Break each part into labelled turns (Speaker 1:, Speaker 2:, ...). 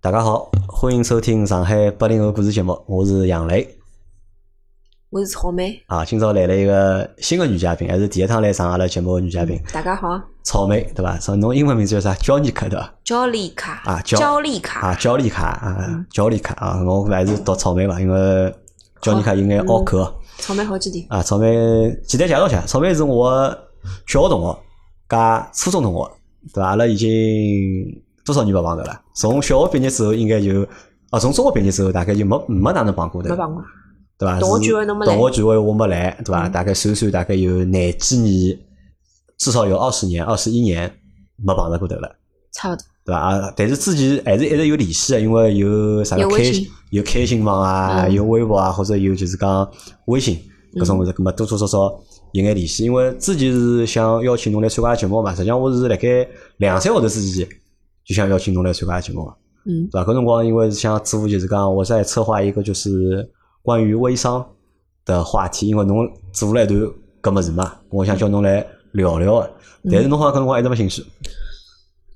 Speaker 1: 大家好，欢迎收听上海八零后故事节目，我是杨磊
Speaker 2: 我是草莓，
Speaker 1: 啊。今朝来了一个新的女嘉宾，还是第一趟来上阿拉节目的女嘉宾，
Speaker 2: 大家好，啊
Speaker 1: 草莓对伐？说侬英文名字叫啥？Johnny 对伐？
Speaker 2: 焦丽卡
Speaker 1: 啊焦
Speaker 2: 焦丽卡
Speaker 1: 啊，焦丽卡啊，焦丽卡啊，我还是读草莓伐，因为焦丽卡有眼拗口
Speaker 2: 草莓好几点？
Speaker 1: 啊。草莓简单介绍一下，草莓是我小学同学加初中同学，对伐？阿拉已经多少年没碰头了？从小学毕业之后，应该就啊，从中学毕业之后，大概就没没哪能碰过头
Speaker 2: 没，碰过，
Speaker 1: 对伐？
Speaker 2: 同
Speaker 1: 是
Speaker 2: 学聚会侬没来
Speaker 1: 同学聚会我没来，对伐？
Speaker 2: 嗯
Speaker 1: 大概算算，大概有廿几年，至少有二十年、二十一年没碰着过头了。
Speaker 2: 差不多。
Speaker 1: 对伐？啊，但是之前还是一直有联系的，因为有啥个
Speaker 2: 有
Speaker 1: 开
Speaker 2: 微信
Speaker 1: 有开心网啊，
Speaker 2: 嗯
Speaker 1: 有微博啊，或者有就是讲微信搿种物事，葛末多多少少有眼联系。因为之前是想邀请侬来参加节目嘛，实际上我是辣盖两三个号头之前就想邀请侬来参加节目嘛，
Speaker 2: 嗯，
Speaker 1: 对伐？搿辰光因为是想做就是讲我在策划一个就是关于微商的话题，因为侬做了一段搿物事嘛，我
Speaker 2: 嗯
Speaker 1: 想叫侬来聊聊的，但是侬好像搿辰光一直没兴趣。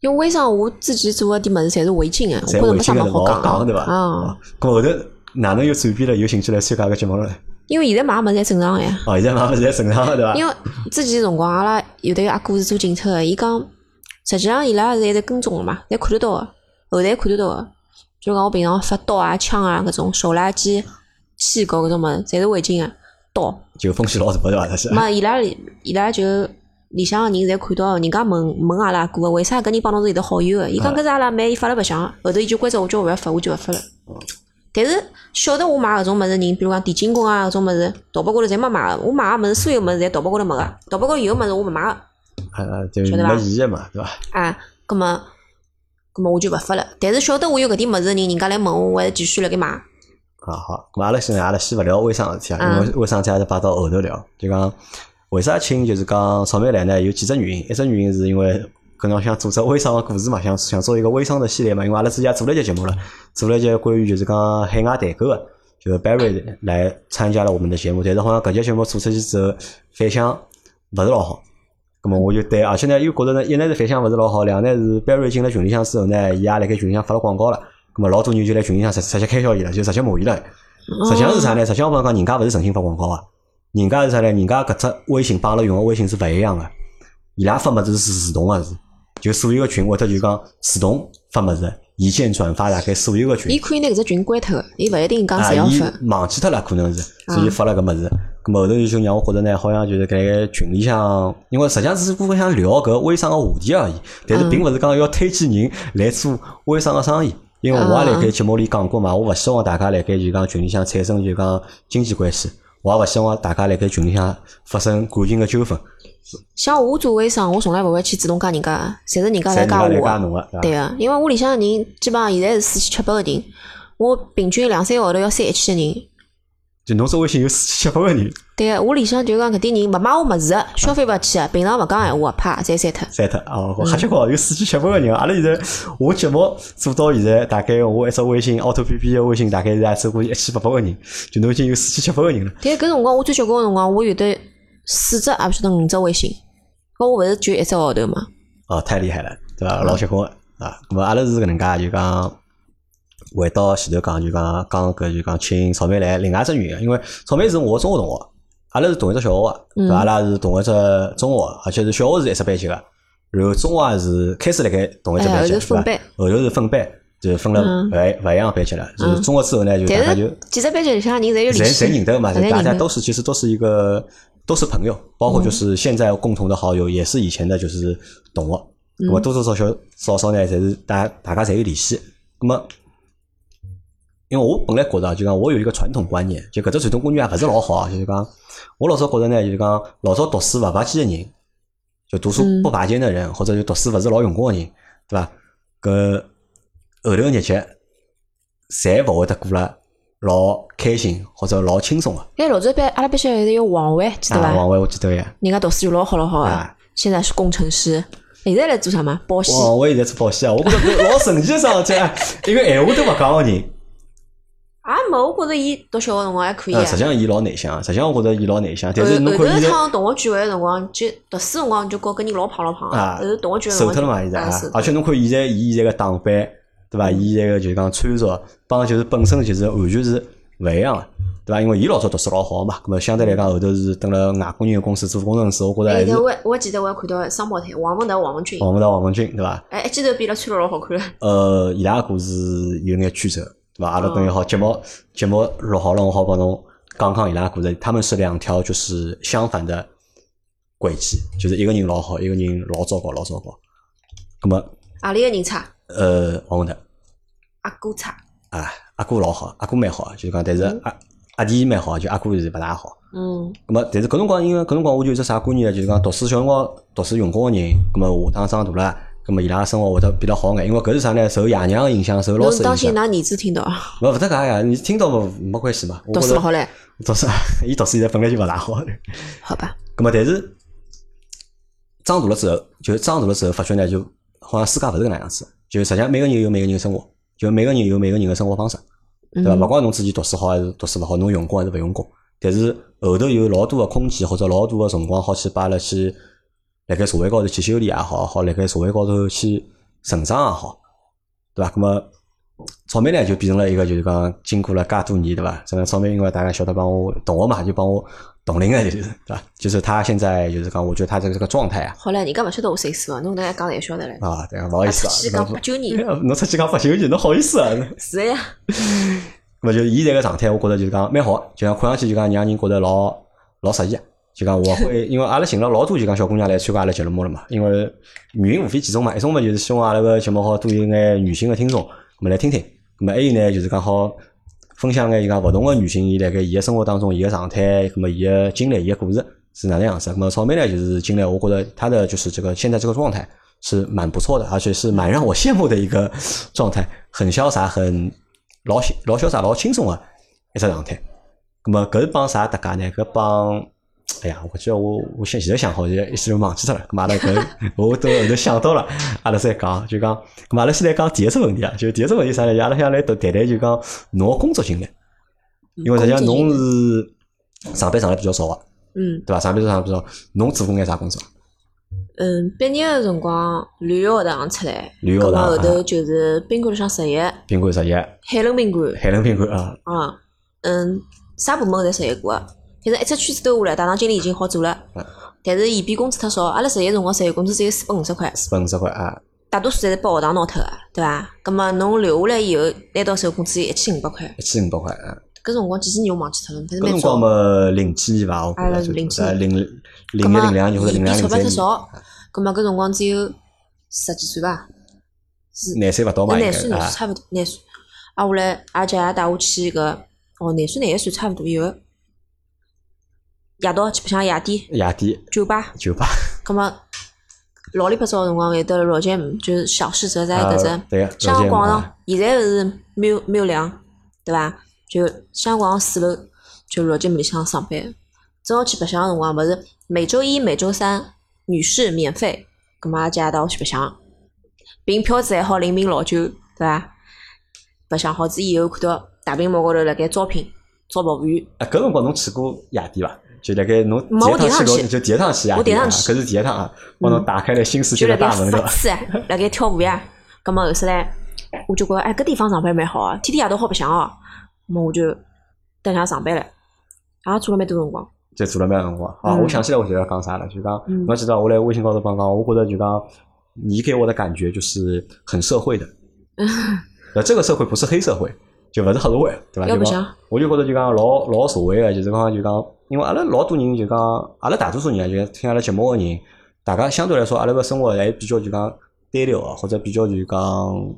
Speaker 2: 因为微商我自己做的点么子侪是违禁的，我觉
Speaker 1: 侪
Speaker 2: 着
Speaker 1: 违
Speaker 2: 没
Speaker 1: 禁
Speaker 2: 啥
Speaker 1: 个
Speaker 2: 么
Speaker 1: 辰
Speaker 2: 好
Speaker 1: 光
Speaker 2: 讲
Speaker 1: 讲对伐？
Speaker 2: 啊
Speaker 1: 啊，，咁后头哪能又转变了，有兴趣来参加个节目了？
Speaker 2: 因为现在买么子侪正常个呀。
Speaker 1: 哦，现在慢慢现在正常了对伐？
Speaker 2: 因为之前辰光阿拉有的个阿哥是做警察的，伊讲实际上伊拉是一直跟踪的嘛，侪看得到的，后台看得到的。就讲我平常发刀啊、枪啊搿种手垃圾、气狗搿种物事，侪是违禁的。刀，
Speaker 1: 就风险老大对伐？但是
Speaker 2: 嘛，伊拉里伊拉就里向个人侪看到，人家问问阿拉哥个，为啥搿人帮侬是有得好友个？伊
Speaker 1: 哎
Speaker 2: 讲搿是阿拉妹，伊发了白相，后头伊就关照我叫我勿要发，我就勿发了。
Speaker 1: 哦
Speaker 2: 但是晓得我买搿种物事人，比如讲电竞棍啊搿种物事，淘宝高头侪没买个，我买个物事所有物事侪淘宝高头没个，淘宝高头有个物事我勿买个。
Speaker 1: 啊，就
Speaker 2: 晓得伐
Speaker 1: 没意义嘛，对伐？
Speaker 2: 啊，葛么，葛么我就勿发了。但是晓得我有搿点物事个人，人家来问我，我还是继续辣盖买。
Speaker 1: 啊好，咁阿拉现在阿拉先勿聊微商的事体啊，因
Speaker 2: 嗯
Speaker 1: 为微商事体还是摆到后头聊。就讲为啥请就是讲草莓来呢？有几只原因，一只原因是因为搿辰光想做只微商的故事嘛，想想做一个微商的系列嘛，因为阿拉之前也做了一节节目了，做了一节关于就是讲海外代购的，就是 Barry 来参加了我们的节目，但是好像搿节节目做出去之后反响勿是老好。咁么我就对，而且呢又觉着呢，一呢是反响勿是老好，两呢是 Barry 进了群里向之后呢，伊也辣盖群里向发了广告了，咁么老多人就来群里向直直接开销伊了，就直接骂伊了。实际上是啥呢？实际上我帮侬讲，人家勿是诚心发广告啊，人家是啥呢？人家搿只微信帮阿拉用个微信是勿一样个，伊拉发物事是自动个，是就所有个群或者就讲自动发物事，一键转发大概所有个群
Speaker 2: 伊。可以拿搿只群关脱个，伊勿一定讲
Speaker 1: 啊，
Speaker 2: 侪要
Speaker 1: 伊
Speaker 2: 发。
Speaker 1: 忘记脱了，可能是，所以发了搿物事。咁后头就让我觉着呢，好像就是搿个群里向，因为实际上只不过想聊搿微商个话题而已，但是并勿是讲要推荐人来做微商个生意。因为我也辣盖节目里讲过嘛，我勿希望大家辣盖就讲群里向产生就讲经济关系，我也勿希望大家辣盖群里向发生感情个纠纷，
Speaker 2: 像我做微商，我从来勿会去主动加人家的，侪是人家
Speaker 1: 侪
Speaker 2: 来
Speaker 1: 人家
Speaker 2: 加
Speaker 1: 来加
Speaker 2: 我
Speaker 1: 侬
Speaker 2: 的。
Speaker 1: 个，对伐
Speaker 2: 对个，因为我里向的人基本上现在是四千七百个人，我平均两三个号头要删一千个人。
Speaker 1: 就侬只微信有四千七百个 人
Speaker 2: 对个，我里向就讲搿点人勿买我物事的，消费勿起的，平常勿讲闲话的，啪，侪删脱。
Speaker 1: 删脱啊！
Speaker 2: 嗯
Speaker 1: 我瞎结棍，有四千七百个人。阿拉现在我节目做到现在，大概我一只微信 auto P P 的微信，大概是也超过一千八百个人，就侬已经有四千七百个人了。
Speaker 2: 但搿辰光我最结棍个辰光，我有得四只也勿晓得五只微信，搿我勿是就一只号头嘛。
Speaker 1: 哦，太厉害了，对伐？老结棍的啊！咁么阿拉是搿能介，就讲回到前头讲，就讲讲搿就讲请草莓来，另外一只原因，因为草莓是我中学同学，阿拉是同一只小学的，对
Speaker 2: 嗯
Speaker 1: 伐？阿拉是同一只中学，而且是小学是一只班级个，然后中学是开始辣盖同一只
Speaker 2: 哎
Speaker 1: 班级，对
Speaker 2: 后头分
Speaker 1: 伐？
Speaker 2: 班
Speaker 1: 后头是分班，就是分了
Speaker 2: 嗯
Speaker 1: 勿勿一样的班级了。就是
Speaker 2: 嗯
Speaker 1: 中学之后呢，就大家
Speaker 2: 但
Speaker 1: 就是
Speaker 2: 几只班级里向的人侪有
Speaker 1: 谁
Speaker 2: 联系，
Speaker 1: 谁认得嘛，
Speaker 2: 侪
Speaker 1: 大
Speaker 2: 认
Speaker 1: 家
Speaker 2: 得
Speaker 1: 都是其实都是一个都是朋友，包括
Speaker 2: 嗯
Speaker 1: 就是现在共同的好友，也是以前的就是同学，
Speaker 2: 嗯
Speaker 1: 那么多多少少少少呢，侪是大家大家侪有联系。那么，因为我本来觉得啊就讲我有一个传统观念，就搿只传统观念也勿是老好啊，就是讲我老早觉得呢，就是讲老早读书勿拔尖的人，就读书
Speaker 2: 嗯
Speaker 1: 不拔尖的人，或者就读书勿是老用功的人，对伐？搿后头的日节，侪勿会得过了老开心或者老轻松个。
Speaker 2: 因为老早班阿拉班级有一个王伟，记得伐
Speaker 1: 啊，？王伟我记得呀，
Speaker 2: 人家读书就老好老好
Speaker 1: 啊
Speaker 2: 啊，现在是工程师，现在来做啥嘛？保险。
Speaker 1: 王伟现在做保险啊，我觉着搿老神奇个桩事体啊，一个闲话都勿讲个人。
Speaker 2: 啊，没，我觉着伊读小学辰光还可以啊
Speaker 1: 嗯，。实际上伊老内向，实际上我觉着伊老内向，但
Speaker 2: 后
Speaker 1: 是侬
Speaker 2: 呃后头
Speaker 1: 看
Speaker 2: 一
Speaker 1: 现在
Speaker 2: 趟同学聚会的辰光，就读书辰光就觉跟人老胖老胖的
Speaker 1: 啊
Speaker 2: 呃后头同学聚会的
Speaker 1: 瘦脱
Speaker 2: 辰
Speaker 1: 了
Speaker 2: 光
Speaker 1: 嘛
Speaker 2: 就
Speaker 1: 现在
Speaker 2: 啊
Speaker 1: 啊嗯
Speaker 2: 瘦，
Speaker 1: 而且侬看现在伊现在个打扮，对伐？伊这个就是讲穿着帮就是本身就是完全是勿一样个，对伐？因为伊老早读书老好嘛，咁么相对来讲后头是蹲辣外国人的公司做工程师，我觉着还
Speaker 2: 哎，
Speaker 1: 是哦
Speaker 2: 但我我记得我还看到商报台王文德、王文军，
Speaker 1: 王文达、王文军，对伐？
Speaker 2: 哎，一记头变了穿了老好看了。
Speaker 1: 呃，伊拉个故事有眼曲折，对伐？阿拉等于好节目节目录好了，我好帮侬讲讲伊拉个故事。他们是两条就是相反的轨迹，就是一个人老好，一个人老糟糕，老糟糕。咁么，
Speaker 2: 阿里个人差，
Speaker 1: 呃，王文达
Speaker 2: 阿哥差，
Speaker 1: 啊，阿哥老好，阿哥蛮好，就是讲，但是
Speaker 2: 嗯
Speaker 1: 阿阿弟蛮好，就阿哥是勿大好。
Speaker 2: 嗯
Speaker 1: 咁么，但是搿辰光，因为搿辰光我就有只啥观念呢？就是讲，读书小辰光读书用功个人，咁么下趟长大了，咁么伊拉个生活会得变得好眼。因为搿是啥呢？受爷娘个影响，受老
Speaker 2: 侬
Speaker 1: 师的
Speaker 2: 当
Speaker 1: 影响
Speaker 2: 心。㑚儿子听到啊，
Speaker 1: 勿勿得讲呀，你听到没没关系嘛。我
Speaker 2: 读
Speaker 1: 觉
Speaker 2: 书
Speaker 1: 得
Speaker 2: 了好嘞，
Speaker 1: 读书， 伊读书现在本来就勿大好。
Speaker 2: 好吧，
Speaker 1: 咁么，但是长大了之后，就是长大了之后，发觉呢，就好像世界勿是搿能样子。就实际上，每个人有每个人的生活，就每个人有每个人的生活方式，
Speaker 2: 对
Speaker 1: 对伐？勿管侬自己读书好还是读书勿好，侬用功还是勿用功，但是后头有老多个空间或者老多个辰光，好去摆辣去辣盖社会高头去修炼也好，好辣盖社会高头去成长也好，对伐？咁么草莓呢就变成了一个就是讲经过了介多年，对伐？这个草莓因为大家晓得帮我同学嘛，就帮我同龄个就是对伐？就是他现在就是讲，我觉得他这个这个状态啊
Speaker 2: 好嘞，人家勿晓得我岁数啊，侬搿能介讲侪晓得嘞。
Speaker 1: 啊，对啊，勿好意
Speaker 2: 啊，
Speaker 1: 思
Speaker 2: 出去
Speaker 1: 啊
Speaker 2: 讲八，九年，
Speaker 1: 侬侬出去讲八九年，侬好意思啊？
Speaker 2: 是的呀，
Speaker 1: 咁就伊这个状态，我觉着就是讲蛮好的，就像看上去就讲让人觉着老老适意啊。就讲我会，因为阿拉寻了老多就讲小姑娘来参加阿拉节目了嘛，因为原因无非几种嘛，一种嘛就是希望阿拉个节目好多有眼女性个听众，咁么来听听。咁么还有呢，就是讲好分享眼就讲勿同个女性伊辣盖伊个生活当中伊个状态，咁么伊个经历伊个故事是哪能样子。咁啊么草莓呢，就是经历，我觉得她的就是这个现在这个状态是蛮不错的，而且是蛮让我羡慕的一个状态，很潇洒，很老轻老潇洒、老轻松个一只状态。咁么搿是帮啥搭界呢？搿帮哎呀，我觉得我我现现在想好，就一时就忘记脱了。咁嘛阿拉搿 我都后头想到了，阿拉再讲，就讲，咁嘛阿拉先来讲第一只问题啊，就第一只问题啥呢？就阿拉想来谈谈就讲侬个工作经历，
Speaker 2: 嗯
Speaker 1: 因为实际上侬是上班上了比较少个，
Speaker 2: 嗯
Speaker 1: 对伐？上班上了比较少，侬做过眼啥工作？啊
Speaker 2: 嗯，毕业个辰光，旅游学堂出来，
Speaker 1: 旅游学
Speaker 2: 搿么
Speaker 1: 堂
Speaker 2: 后头
Speaker 1: 啊
Speaker 2: 就是宾馆里向实习，
Speaker 1: 宾馆实习，
Speaker 2: 海伦宾馆，
Speaker 1: 海伦宾馆啊，
Speaker 2: 啊，嗯，啥部门侪实习过啊，反正一只圈子兜下来，大堂经理已经好做了
Speaker 1: 嗯。
Speaker 2: 但是伊比工资太少，阿拉实习辰光实习工资只有四百五十块，
Speaker 1: 四百五十块啊，
Speaker 2: 大多数侪是被学堂拿脱个，对伐？葛么侬留下来以后，拿到手工资一千五百块，
Speaker 1: 一千五百块啊。
Speaker 2: 搿辰光几几年我忘记脱了，反正
Speaker 1: 搿
Speaker 2: 蛮
Speaker 1: 辰
Speaker 2: 早
Speaker 1: 光。嘛，零几年伐？我觉
Speaker 2: 啊
Speaker 1: 着
Speaker 2: 零
Speaker 1: 就是呃
Speaker 2: 几年
Speaker 1: 零零
Speaker 2: 葛
Speaker 1: 零一
Speaker 2: 么
Speaker 1: 零两年或者零两
Speaker 2: 伊比
Speaker 1: 零
Speaker 2: 钞票
Speaker 1: 三
Speaker 2: 太
Speaker 1: 年，
Speaker 2: 少，葛么搿辰光只有十几岁伐？
Speaker 1: 廿岁勿到嘛，应
Speaker 2: 廿
Speaker 1: 该
Speaker 2: 岁
Speaker 1: 是
Speaker 2: 廿
Speaker 1: 啊
Speaker 2: 岁。差勿多廿岁。啊，后来阿姐也带我去搿，哦，廿岁廿一岁差勿多以后，夜到去白相夜店、
Speaker 1: 夜店
Speaker 2: 酒吧，
Speaker 1: 酒吧
Speaker 2: 葛么老里八早个辰光会得老街姆，就是小市泽在
Speaker 1: 啊
Speaker 2: 搿只
Speaker 1: 对个，
Speaker 2: 香港广
Speaker 1: 老街嘛
Speaker 2: 场，现在是没有没有凉，对伐？就香港广场四楼，就老街姆里向上班。正好去白相个辰光，勿是每周一、每周三女士免费，葛么阿姐带我去白相，凭票子还好领瓶老酒，对伐？白相好子以后，看到大屏幕高头辣盖招聘招服务员，
Speaker 1: 啊，搿辰光侬去过夜店伐？就辣盖侬
Speaker 2: 没我
Speaker 1: 第一趟
Speaker 2: 第一趟
Speaker 1: 老，
Speaker 2: 去
Speaker 1: 就第一趟去夜
Speaker 2: 我第一
Speaker 1: 啊
Speaker 2: 趟去嗯
Speaker 1: 搿是第一趟啊，帮侬打开了新世界
Speaker 2: 就辣
Speaker 1: 的
Speaker 2: 盖
Speaker 1: 大门对
Speaker 2: 发
Speaker 1: 伐？
Speaker 2: 痴，啊辣盖跳舞呀。葛么后头来，我就觉着哎，搿地方上班蛮好啊，天天夜到好白相哦。葛么我就等下上班了，也做了蛮多辰光。
Speaker 1: 就做了蛮辰光啊，
Speaker 2: 嗯
Speaker 1: 我想起来我就要讲啥了，就讲
Speaker 2: 嗯
Speaker 1: 侬记得我来微信高头帮讲，我觉得就讲你给我的感觉就是很社 会的，那这个社会不是黑社会，就勿是黑社会，对伐？
Speaker 2: 要
Speaker 1: 就
Speaker 2: 白
Speaker 1: 讲
Speaker 2: 相
Speaker 1: 我就觉得就讲老老社会个，就是讲就讲，因为阿拉老多人就讲，阿拉大多数人啊，就是听阿拉节目个人，大家相对来说阿拉个生活还比较就讲单调啊，或者比较就讲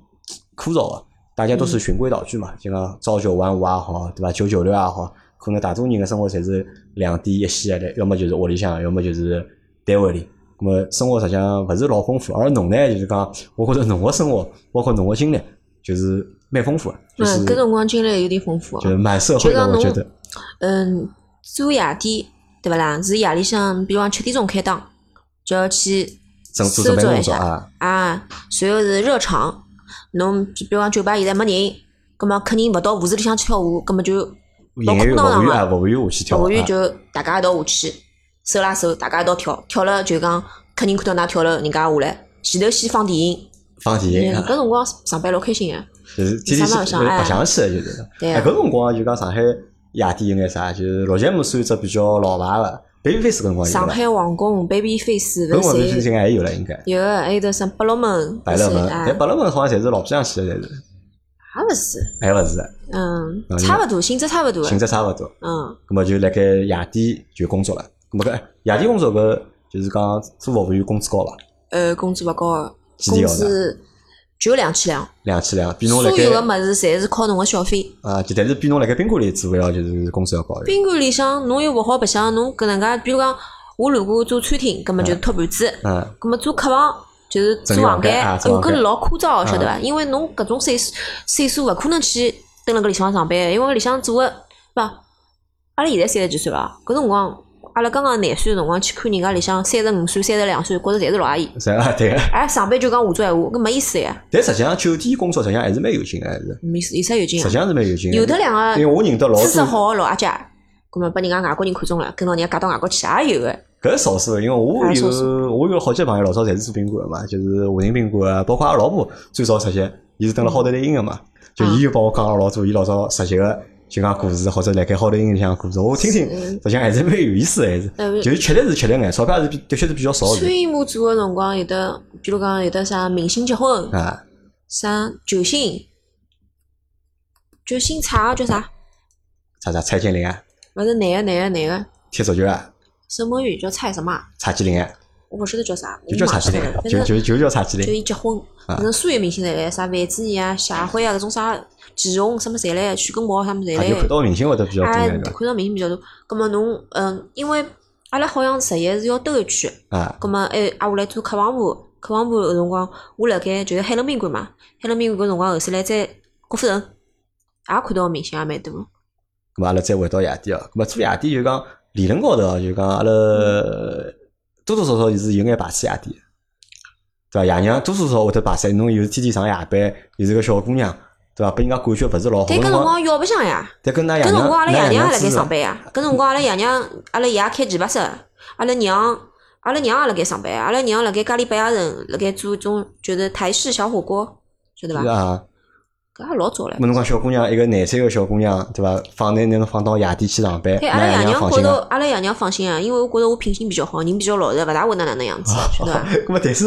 Speaker 1: 枯燥啊，大家都是循规蹈矩
Speaker 2: 嗯
Speaker 1: 嘛，就讲朝九晚五也啊好，对伐？九九六也好，可能大多人个生活侪是两点一线的，要么就是屋里向，要么就是单位里。咁么生活实际上勿是老丰富，而侬呢，就是讲，我觉着侬个生活，包括侬个经历，就是蛮丰富的，就是
Speaker 2: 嗯，搿辰光经历有点丰富
Speaker 1: 就是
Speaker 2: 啊。
Speaker 1: 蛮社会
Speaker 2: 就
Speaker 1: 的，
Speaker 2: 讲
Speaker 1: 我
Speaker 2: 侬
Speaker 1: 觉得。
Speaker 2: 嗯，做夜店对勿啦？是夜里向，比方七点钟开档，就要去
Speaker 1: 整做
Speaker 2: 搜
Speaker 1: 准备
Speaker 2: 索
Speaker 1: 工
Speaker 2: 一
Speaker 1: 作
Speaker 2: 下
Speaker 1: 啊，
Speaker 2: 啊，随后是热场，侬比比方酒吧现在没人，葛么客人勿到舞池里向去跳舞，葛么就
Speaker 1: 演
Speaker 2: 老空
Speaker 1: 员、
Speaker 2: 荡
Speaker 1: 服务
Speaker 2: 荡
Speaker 1: 员啊，
Speaker 2: 个，
Speaker 1: 服务员下去跳
Speaker 2: 服务员
Speaker 1: 啊，
Speaker 2: 就大家一道下去，手拉手，大家一道跳，跳了就讲客人看到㑚跳了，人家也下来，前头先放电影，
Speaker 1: 放电影
Speaker 2: 嗯搿
Speaker 1: 啊，
Speaker 2: 辰光上班老开心个，
Speaker 1: 就是天天
Speaker 2: 啥
Speaker 1: 是
Speaker 2: 晚上
Speaker 1: 就是
Speaker 2: 哎
Speaker 1: 白相起来就是。
Speaker 2: 对
Speaker 1: 哎，
Speaker 2: 啊
Speaker 1: 搿辰光就讲上海夜店有眼啥，就是六节目算一只比较老牌个，Babyface 搿辰光有
Speaker 2: 上
Speaker 1: 了，
Speaker 2: 海皇宫 Babyface
Speaker 1: 啊搿辰光
Speaker 2: 勿
Speaker 1: Babyface
Speaker 2: 是
Speaker 1: 应
Speaker 2: 谁？
Speaker 1: 该还有了应该。
Speaker 2: 有的，还有的什么百乐门，
Speaker 1: 百乐门，
Speaker 2: 不是哎
Speaker 1: 但百乐门好像侪是老北洋去的，侪是，
Speaker 2: 也勿是，
Speaker 1: 还勿是的，
Speaker 2: 嗯
Speaker 1: 啊，
Speaker 2: 差勿多，性质差勿多，
Speaker 1: 性质差勿多。
Speaker 2: 嗯，
Speaker 1: 咁么就辣盖夜店就工作了。咁么搿哎夜店工作搿就是讲做服务员工资高伐？
Speaker 2: 呃，工资勿高，
Speaker 1: 几钿
Speaker 2: 工
Speaker 1: 要的
Speaker 2: 资就两千两，
Speaker 1: 两千两，比侬
Speaker 2: 所
Speaker 1: 辣
Speaker 2: 有的
Speaker 1: 盖
Speaker 2: 物事侪是靠侬个小费。
Speaker 1: 啊，就但是比侬辣盖宾馆里做要就是工资要高一点。
Speaker 2: 宾馆里向侬又勿好白相，侬搿能介，比如讲，我如果做餐厅，葛末
Speaker 1: 哎
Speaker 2: 就托盘子，
Speaker 1: 嗯，
Speaker 2: 葛末做客房。就是做
Speaker 1: 整个
Speaker 2: 房
Speaker 1: 房间
Speaker 2: 间，
Speaker 1: 啊
Speaker 2: 哦
Speaker 1: 做房
Speaker 2: 搿
Speaker 1: 间啊
Speaker 2: 老枯燥的，晓得伐？因为侬搿种岁数岁数勿可能去蹲辣搿里向上班的，因为搿里向做个，勿，阿拉现在三十几岁伐？搿辰光，阿拉刚刚廿岁个辰光去看人家里向三十五岁、三十两岁，觉着侪是老阿姨。
Speaker 1: 是啊，对个。
Speaker 2: 哎，上班就讲胡作闲话，搿没意思呀，
Speaker 1: 但实际上酒店工作实际上还是蛮有劲个，还是
Speaker 2: 没意思，有啥有劲
Speaker 1: 实
Speaker 2: 啊
Speaker 1: 际？上是蛮有劲的。
Speaker 2: 有的两
Speaker 1: 因为
Speaker 2: 个
Speaker 1: 我认得老
Speaker 2: 资质
Speaker 1: 多，
Speaker 2: 好的老阿姐，葛末被人家外国人看中了，跟牢人家嫁到外国去也有个。
Speaker 1: 搿是少数的，因为我
Speaker 2: 啊少
Speaker 1: 有我有好几个朋友老早侪是做宾馆个嘛，就是华人宾馆啊，包括阿拉老婆最早实习，伊是蹲辣好头来英个嘛，就伊就帮我讲了老多伊老早实习个。就讲故事，或者辣盖好头英里向的故事，我听听，实际上还是蛮有意思的，还是
Speaker 2: 呃
Speaker 1: 就是吃力是吃力眼，钞票是比的确是比较少
Speaker 2: 所
Speaker 1: 的
Speaker 2: 以我做个辰光，有的，比如讲有的啥明星结婚，
Speaker 1: 啊。
Speaker 2: 啥九星，九星差个叫啥？
Speaker 1: 啥啥蔡健林啊，
Speaker 2: 勿是男个男个男个，
Speaker 1: 踢足球啊，
Speaker 2: 沈梦雨叫蔡什么啊？
Speaker 1: 蔡健林啊，
Speaker 2: 我勿晓得叫啥，
Speaker 1: 就叫
Speaker 2: 我
Speaker 1: 蔡
Speaker 2: 忘记
Speaker 1: 健
Speaker 2: 脱
Speaker 1: 林
Speaker 2: 了
Speaker 1: 啊，
Speaker 2: 反
Speaker 1: 就啊
Speaker 2: 正
Speaker 1: 就就叫蔡健
Speaker 2: 就
Speaker 1: 林。
Speaker 2: 伊结婚，反正所有明星侪来，啥范志毅啊、谢辉啊，搿种啥祁宏什么侪来，徐根宝什么侪
Speaker 1: 啊，
Speaker 2: 来
Speaker 1: 就。看到明星会得比较多
Speaker 2: 哎，
Speaker 1: 眼对伐？
Speaker 2: 看到明星比较多。葛么侬，嗯，因为阿拉好像实习是要兜一圈，
Speaker 1: 啊，
Speaker 2: 葛么哎，挨下来做客房部，客房部个辰光，我辣盖就是海伦宾馆嘛，海伦宾馆搿辰光后头来在郭富城，也看到明星也蛮多。
Speaker 1: 咁啊阿拉再回到夜店哦，咁啊做夜店就讲理论高头哦，就讲阿拉多多少少是有眼排斥夜店，对伐？爷娘多多少少会得排斥，侬又是天天上夜班，又是个小姑娘，对伐？拨人家感觉勿是老好。
Speaker 2: 但搿辰光要白相呀，
Speaker 1: 但跟㑚
Speaker 2: 搿
Speaker 1: 爷
Speaker 2: 辰
Speaker 1: 娘，
Speaker 2: 光阿拉爷
Speaker 1: 㑚
Speaker 2: 娘
Speaker 1: 娘
Speaker 2: 也辣
Speaker 1: 支
Speaker 2: 盖
Speaker 1: 持
Speaker 2: 上班呀，搿辰光阿拉爷娘，阿拉爷开棋牌室，阿拉娘。阿拉娘也辣盖上班，阿拉娘辣盖咖喱白鸭城辣盖做种就是台式小火锅，晓得伐
Speaker 1: 伐？？啊，嗯
Speaker 2: 搿也老早了
Speaker 1: 咾。侬讲小姑娘一个廿岁个小姑娘，对伐？放拿拿侬放到夜店去上班，
Speaker 2: 对，阿拉
Speaker 1: 㑚
Speaker 2: 爷
Speaker 1: 娘
Speaker 2: 娘
Speaker 1: 放
Speaker 2: 觉
Speaker 1: 心
Speaker 2: 着
Speaker 1: 伐？，
Speaker 2: 阿拉爷娘放心啊，因为我觉着我品行比较好，人比较老实，勿大会哪能能样子，晓 得伐？
Speaker 1: 咁么但是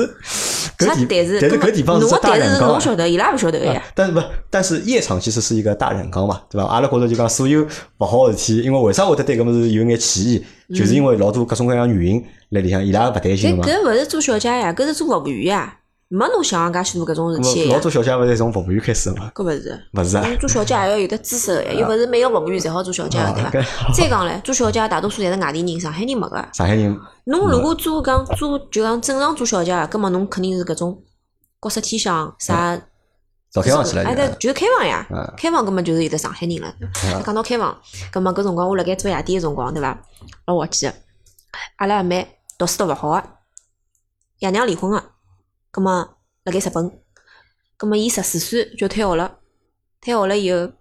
Speaker 2: 啥
Speaker 1: 啊搿地，
Speaker 2: 但
Speaker 1: 但
Speaker 2: 是，
Speaker 1: 是
Speaker 2: 搿么
Speaker 1: 搿地方
Speaker 2: 侬
Speaker 1: 是
Speaker 2: 个
Speaker 1: 大
Speaker 2: 但
Speaker 1: 染
Speaker 2: 是
Speaker 1: 缸
Speaker 2: 侬
Speaker 1: 啊。
Speaker 2: 晓得，伊拉勿晓得个呀
Speaker 1: 啊。但是不，但是夜场其实是一个大染缸嘛，对伐？阿拉觉着就讲所有勿好的事体，因为为啥会得对搿物事有眼歧义，就是因为老多各种各样原因辣里向，伊拉勿担心
Speaker 2: 搿
Speaker 1: 个嘛。
Speaker 2: 嗯搿勿是做小姐呀，搿是做服务员呀，没侬想个介许多搿种事
Speaker 1: 咾
Speaker 2: 体啊
Speaker 1: 么老
Speaker 2: 呀。
Speaker 1: 多小姐勿是从服务员开始个嘛？
Speaker 2: 搿勿是，
Speaker 1: 勿是啊，
Speaker 2: 侬做小姐还要有得知识个呀，又勿是每个服务员侪好做小姐个，对
Speaker 1: 啊搿
Speaker 2: 伐？再讲唻，做小姐大多数侪是外地人，上海人没个。
Speaker 1: 上海人
Speaker 2: 侬如果做讲做就讲正常做小姐，葛末侬肯定是搿种角色天香啥。
Speaker 1: 早开放起
Speaker 2: 哎，
Speaker 1: 来
Speaker 2: 对
Speaker 1: 的，，
Speaker 2: 就是开房呀
Speaker 1: 嗯，
Speaker 2: 开房根本就是有的上海人了。讲到开房，葛么搿辰光我辣盖做夜店个辰光，对伐？老滑稽，阿拉阿妹读书读勿好个，爷娘离婚个，葛么辣盖日本，葛么伊十四岁就退学了，退学了以后